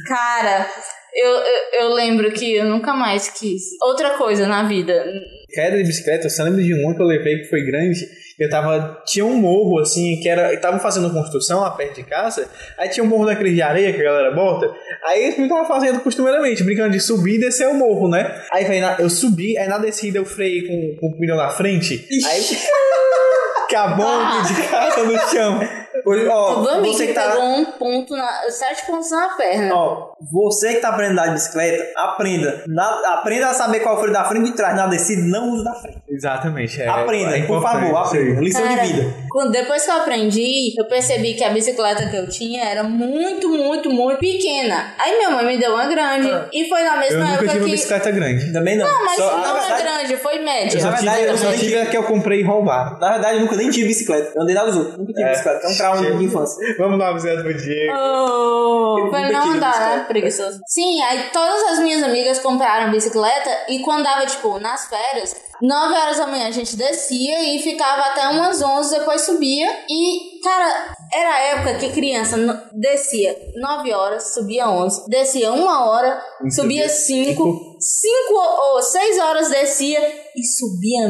S5: Cara, eu, eu, eu lembro que eu nunca mais quis. Outra coisa na vida.
S3: Queda de bicicleta, eu só lembro de uma que eu levei que foi grande. Eu tava. Tinha um morro assim, que era. Estavam fazendo construção lá perto de casa. Aí tinha um morro daquele de areia que a galera bota. Aí eles me tava fazendo costumeiramente, brincando de subir e descer o morro, né? Aí véi, na- eu subi, aí na descida eu freiei com, com o pneu na frente. Aí. *laughs* Acabou de cara no chão.
S2: Pois, ó,
S5: o amigo
S2: você que tá
S5: pegou um ponto na. sete pontos na perna.
S2: Ó, você que tá aprendendo a andar de bicicleta, aprenda. Na- aprenda a saber qual foi da frente e de trás. Na descida, não usa da frente.
S3: Exatamente, é.
S2: aprenda,
S3: é
S2: por favor,
S3: importante,
S2: aprenda.
S3: sim.
S2: Lição
S5: Cara,
S2: de vida.
S5: Quando, depois que eu aprendi, eu percebi que a bicicleta que eu tinha era muito, muito, muito pequena. Aí minha mãe me deu uma grande. E foi na
S3: Ah. Eu
S5: mesma
S3: nunca
S5: época
S3: tive uma
S5: que.
S3: bicicleta grande.
S2: Também não.
S5: Não, mas
S2: Só- na
S5: não é
S2: verdade,
S5: grande, foi
S3: Eu
S5: média.
S3: só,
S2: Na
S3: tive,
S2: verdade,
S3: eu
S2: eu
S3: só
S2: nunca
S3: tive a que eu comprei e roubaram.
S2: na verdade, eu nunca nem tive bicicleta. Eu andei nada dos outros. Nunca tive
S3: É.
S2: bicicleta, que é um trauma de infância.
S3: Vamos lá, bicicleta pro Diego.
S5: Oh, pra ele não
S2: tive
S5: andar, né?
S2: bicicleta.
S5: Preguiçoso. Sim, aí todas as minhas amigas compraram bicicleta e quando dava, tipo, nas férias, 9 horas da manhã a gente descia e ficava até umas 11, depois subia. E, cara, era a época que criança n- descia 9 horas, subia 11, descia 1 hora, subia 5, 5 ou 6 horas descia e subia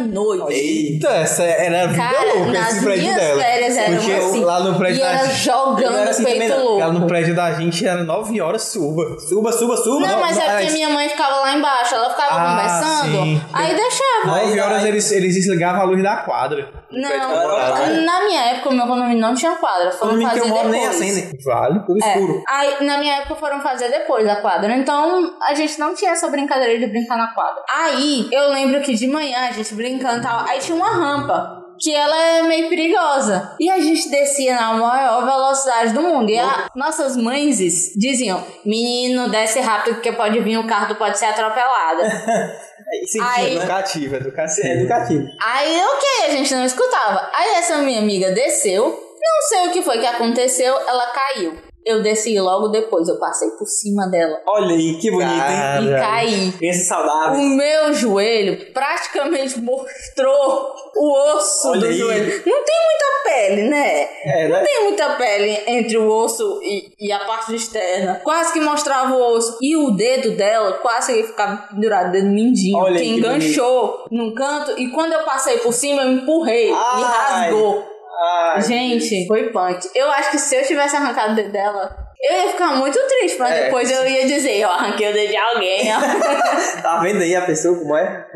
S5: meia-noite.
S3: Eita, Então, essa era a vida
S5: Cara,
S3: louca
S5: nas
S3: esse prédio
S5: minhas
S3: dela.
S5: férias eram
S3: Porque
S5: assim.
S3: lá no prédio
S5: E
S3: da
S5: ela
S3: gente.
S2: Não era
S5: jogando
S2: assim
S5: o
S2: também,
S5: peito
S2: não.
S5: louco.
S3: Lá no prédio da gente era 9 horas suba.
S2: Suba, suba, suba.
S5: Não, mas é porque
S3: mas-
S5: minha mãe ficava lá embaixo, ela ficava
S3: Ah,
S5: conversando,
S3: sim.
S5: aí deixava.
S3: 9 horas eles, eles desligavam a luz da quadra.
S5: Não, na minha época, o meu condomínio não tinha quadra. Foram
S2: Condomínio né? que
S5: fazer
S2: eu moro
S5: depois.
S2: nem é assim, né? acende.
S3: Assim, Vale, tudo
S5: É.
S3: escuro.
S5: Aí, na minha época foram fazer depois da quadra. Então a gente não tinha essa brincadeira de brincar na quadra. Aí eu lembro que de manhã a gente brincando e tal. Aí tinha uma rampa. Que ela é meio perigosa. E a gente descia na maior velocidade do mundo. E a- nossas mães diziam: Menino, desce rápido porque pode vir um carro, tu pode ser atropelada.
S2: É
S5: Aí-
S2: incentivo, né?
S3: Educativo, educativo.
S2: É educativo.
S5: Aí, ok, a gente não escutava. Aí essa minha amiga desceu. Não sei o que foi que aconteceu, ela caiu. Eu desci logo depois, eu passei por cima dela.
S2: Olha aí, que bonito, hein?
S5: e
S3: Cara,
S5: caí.
S2: Crianças
S5: O
S2: saudáveis.
S5: meu joelho praticamente *laughs* mostrou o osso
S2: Olha
S5: do
S2: aí.
S5: joelho. Não tem muita pele, né?
S2: É,
S5: Não
S2: né?
S5: tem muita pele entre o osso e, e a parte externa. Quase que mostrava o osso. E o dedo dela quase que ficava pendurado, dedo mindinho,
S2: Olha
S5: que
S2: aí, que
S5: enganchou num canto. E quando eu passei por cima, eu empurrei e
S2: Ai.
S5: rasgou.
S3: Ah,
S2: Ai,
S5: Gente, foi punk. Eu acho que se eu tivesse arrancado o dedo dela, eu ia ficar muito triste, mas
S2: É.
S5: depois eu ia dizer, eu arranquei o dedo
S2: *laughs*
S5: de alguém. *laughs* ó.
S2: Tá vendo aí a pessoa como é?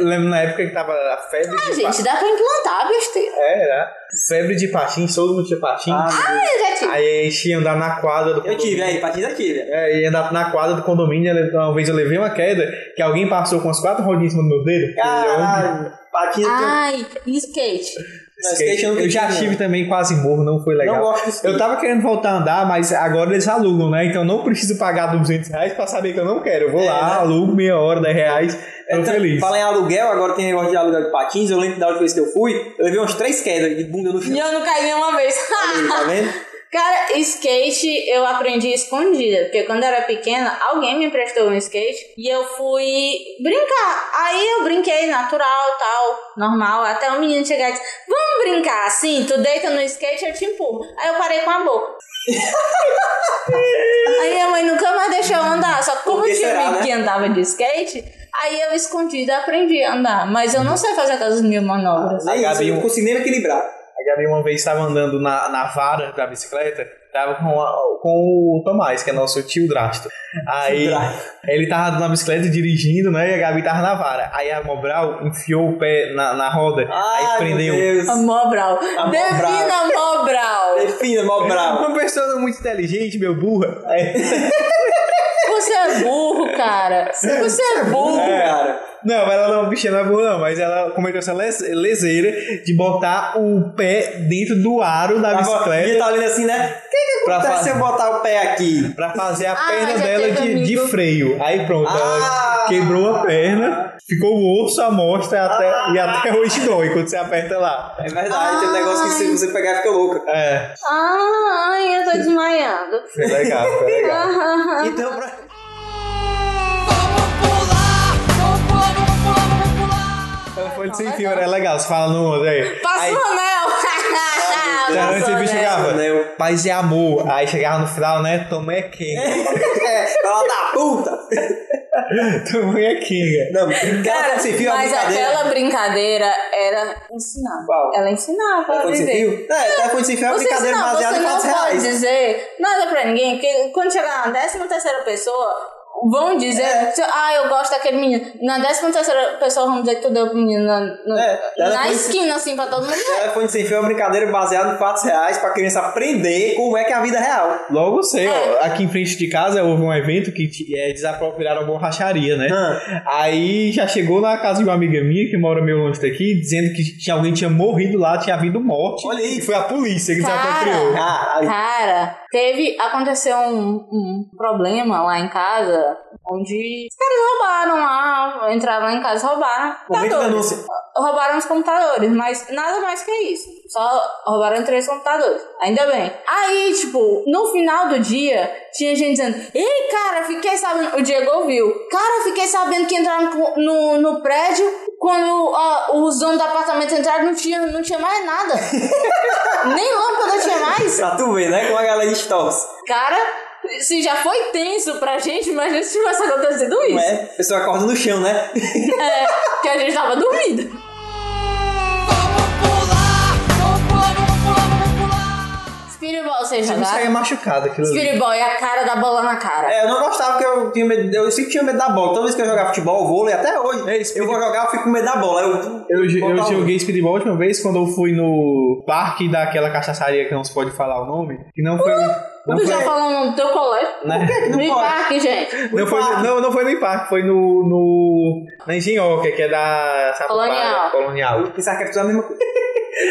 S3: eu lembro na época que tava a febre
S5: Ah,
S3: de
S5: gente, dá pra implantar a besteira.
S3: Era. Febre de patins, todo mundo tinha patins.
S2: Ah, meu Deus.
S5: Eu já tive.
S3: Aí a gente ia andar na quadra do
S2: eu tive,
S3: condomínio.
S2: aí, patins eu tive.
S3: É, ia andar na quadra do condomínio. eu le- Uma vez eu levei uma queda que alguém passou com as quatro rodinhas em cima do meu dedo.
S2: Caralho, patins eu
S5: Ai, e skate.
S3: Eu,
S2: skate eu
S3: eu,
S2: nunca
S3: já
S2: tive,
S3: tive
S2: não.
S3: também, quase morro, não foi legal.
S2: não gosto disso.
S3: Eu tava querendo voltar a andar, mas agora eles alugam, né? Então eu não preciso pagar 200 reais pra saber que eu não quero. Eu vou
S2: É,
S3: lá,
S2: né?
S3: alugo meia hora, 10 reais, tô
S2: Então,
S3: feliz.
S2: Fala em aluguel, agora tem negócio de aluguel de patins. Eu lembro da última vez que eu fui, eu levei umas três quedas de bunda no chão.
S5: E eu não caí nenhuma vez.
S2: Tá vendo?
S5: Cara, skate eu aprendi escondida, porque quando eu era pequena, alguém me emprestou um skate e eu fui brincar. Aí eu brinquei natural, tal, normal, até o menino chegar e disse, vamos brincar assim, tu deita no skate, eu te empurro. Aí eu parei com a
S2: *laughs*
S5: boca. aí minha mãe nunca mais deixou eu andar, só que como
S2: Por que
S5: eu tinha
S2: será,
S5: amigo
S2: né?
S5: que andava de skate, aí eu escondida aprendi a andar, mas eu não sei fazer aquelas mil manobras.
S2: Nem isso,
S3: Gabi,
S2: eu
S3: um-
S2: não consigo nem me equilibrar.
S3: A Gabi uma vez estava andando na, na vara da bicicleta, tava com, a- com o Tomás, que é nosso tio Drasto. Aí
S2: Tio Drasto.
S3: ele tava na bicicleta dirigindo, né? E a Gabi tava na vara. Aí a Mobral enfiou o pé na, na roda, aí
S2: Ai,
S3: prendeu.
S2: meu
S5: A
S2: Deus.
S5: Mobral.
S2: Mobral.
S5: Defina
S2: *laughs*
S5: a Mobral.
S2: Defina, mal bravo.
S3: Uma pessoa não muito inteligente, meu burra. Aí- *laughs*
S5: Você é burro, cara. Você é burro.
S2: Burro, cara.
S3: Não, mas ela não é uma bichinha, não é burra, não. Mas ela cometeu essa les- leseira de botar o pé dentro do aro da
S2: E
S3: bicicleta
S2: ele tá olhando assim, né? O que que
S3: Pra
S2: acontece
S3: fa-
S2: se eu botar o pé aqui?
S3: pra fazer a
S5: Ah,
S3: perna
S5: já
S3: dela
S5: teve
S3: de, de
S5: amigo.
S3: freio. Aí pronto,
S2: Ah!
S3: ela quebrou a perna, ficou o osso à mostra até, e
S5: Ah!
S3: até hoje dói quando você aperta lá.
S2: É verdade, tem um negócio que se você pegar fica louca.
S3: É,
S5: Ai, eu tô desmaiando.
S3: foi legal, foi legal.
S5: *laughs*
S2: Então, pra...
S3: Então foi sem fio, era legal, você fala no mundo aí.
S5: Passa
S3: Aí-
S5: o *laughs* anel.
S3: Então,
S5: Passa o
S2: é
S3: esse bicho
S5: anel.
S2: Ah,
S3: chegava,
S2: Anel.
S3: paz e amor. Aí chegava no final, né? Tomé quem? *laughs*
S2: É, fala da puta!
S3: Tomé é quem?
S2: Não, cara, sem fio é uma
S5: Mas
S2: brincadeira.
S5: aquela brincadeira era ensinar.
S2: Qual?
S5: Ela ensinava pra
S2: Telefone sem
S5: viver.
S2: fio? É, telefone sem fio é uma
S5: Você
S2: brincadeira
S5: não,
S2: baseada
S5: você
S2: em
S5: não
S2: 400
S5: pode
S2: reais.
S5: dizer nada pra ninguém, porque quando chegar na décima terceira pessoa, vão dizer,
S2: É.
S5: ah, eu gosto daquele menino. Na décima terceira pessoa vão dizer que tu deu pro menino na, na,
S2: É, ela
S5: na
S2: foi-
S5: esquina, assim, pra todo mundo ver.
S2: Telefone sem fio é uma brincadeira baseada em 4 reais pra criança aprender como é que é a vida real.
S3: Logo
S5: É.
S3: sei, ó, aqui em frente de casa houve um evento que te- é, desapropriaram a borracharia, né? Aí já chegou na casa de uma amiga minha, que mora meio longe daqui, dizendo que tinha, alguém tinha morrido lá, tinha havido morte.
S2: Olha aí.
S3: E foi a polícia que
S5: Cara. tá
S3: desapropriou.
S2: Ah, aí.
S5: Cara, teve. Aconteceu um, um problema lá em casa, onde os caras roubaram lá, entraram lá em casa e roubaram.
S3: é
S2: Momento de
S5: computadores.
S2: denúncia.
S5: Roubaram os computadores, mas nada mais que isso. Só roubaram três computadores. Ainda bem. Aí, tipo, no final do dia, tinha gente dizendo: Ei, cara, fiquei sabendo. O Diego ouviu. Cara, fiquei sabendo que entraram co- no, no prédio quando ó, os donos do apartamento entraram não tinha, não tinha mais nada. Nem lâmpada tinha mais.
S2: Pra tu ver, né? Como a galera distorce.
S5: Cara, se já foi tenso pra gente, imagina se tivesse acontecido
S2: Não
S5: isso.
S2: é? A pessoa acorda no chão, né?
S5: É, que a gente tava dormindo. Speedball, vocês
S10: Eu saía
S5: jogaram?
S10: machucado aquilo ali.
S5: Speedball é a cara da bola na cara.
S2: É, eu não gostava porque eu tinha medo, eu sempre tinha medo da bola. Toda vez que eu jogava futebol, vôlei, até hoje,
S11: É, speed-
S2: eu vou jogar, eu fico com medo da bola. Eu,
S3: Eu, jo- eu
S2: botar o-
S3: joguei speedball a última vez quando eu fui no parque daquela cachaçaria que não se pode falar o nome. Que não foi. não,
S5: Uh, Tu já
S3: foi
S5: falou o nome do teu colégio?
S3: Né?
S2: que não
S5: No
S2: pode?
S5: parque, gente.
S3: não, foi no- não, não foi no Impact, foi no. no na Engenhoca, que é da. Sapucaia,
S5: Colonial.
S3: Colonial.
S2: Eu pensava que era tudo a mesma coisa.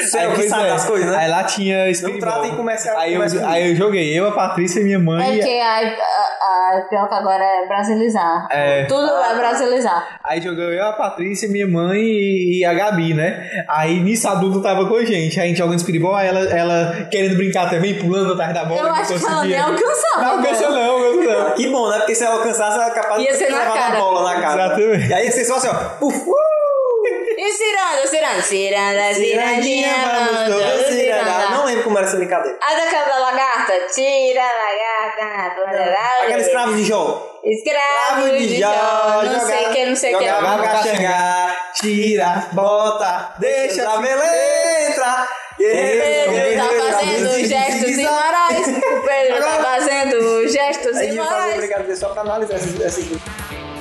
S2: Sei, o que
S3: pois
S2: sabe
S3: é,
S2: das coisas, né?
S3: aí lá tinha
S2: Não
S3: speedball.
S2: tratem é comercial.
S3: Aí eu,
S2: comercial.
S3: aí eu joguei, eu, a Patrícia, minha mãe.
S5: É porque a, a, a pior que agora é brasilizar.
S3: É.
S5: Tudo é brasilizar.
S3: Aí jogou eu, a Patrícia, minha mãe e, e a Gabi, né? Aí nisso a Duda tava com a gente. Aí a gente jogando speedball, aí ela, ela querendo brincar também, pulando atrás da bola.
S5: Eu
S3: não
S5: acho que né? ela nem
S3: conseguia.
S5: alcançava.
S3: Não alcança não, não alcança não.
S2: Que bom, né? Porque se ela alcançasse, ela era capaz
S5: Ia ser
S2: de
S5: na
S2: levar
S5: cara.
S2: a bola na cara.
S3: Exatamente.
S2: E aí ia ser só assim, ó. Puf, uh,
S5: E ciranda, ciranda, ciranda, cirandinha,
S2: vamos todos cirandar. Não
S5: ciranda.
S2: lembro como era essa brincadeira.
S5: A daquela da tá lagarta, tira a lagarta na bunda da
S2: Aquela
S5: areia.
S2: escravo de Jó.
S5: Escravo de Jó, não sei o que, não sei o que.
S2: Jogava caxangá, tira, bota, deixa a beleza entrar.
S5: Pedro tá
S2: Guerreiro,
S5: fazendo
S2: camisa
S5: gestos
S2: zigue-zague.
S5: imorais. O Pedro tá fazendo gestos
S2: Aí eu falo
S5: imorais.
S2: obrigado só pra analisar esses, esses...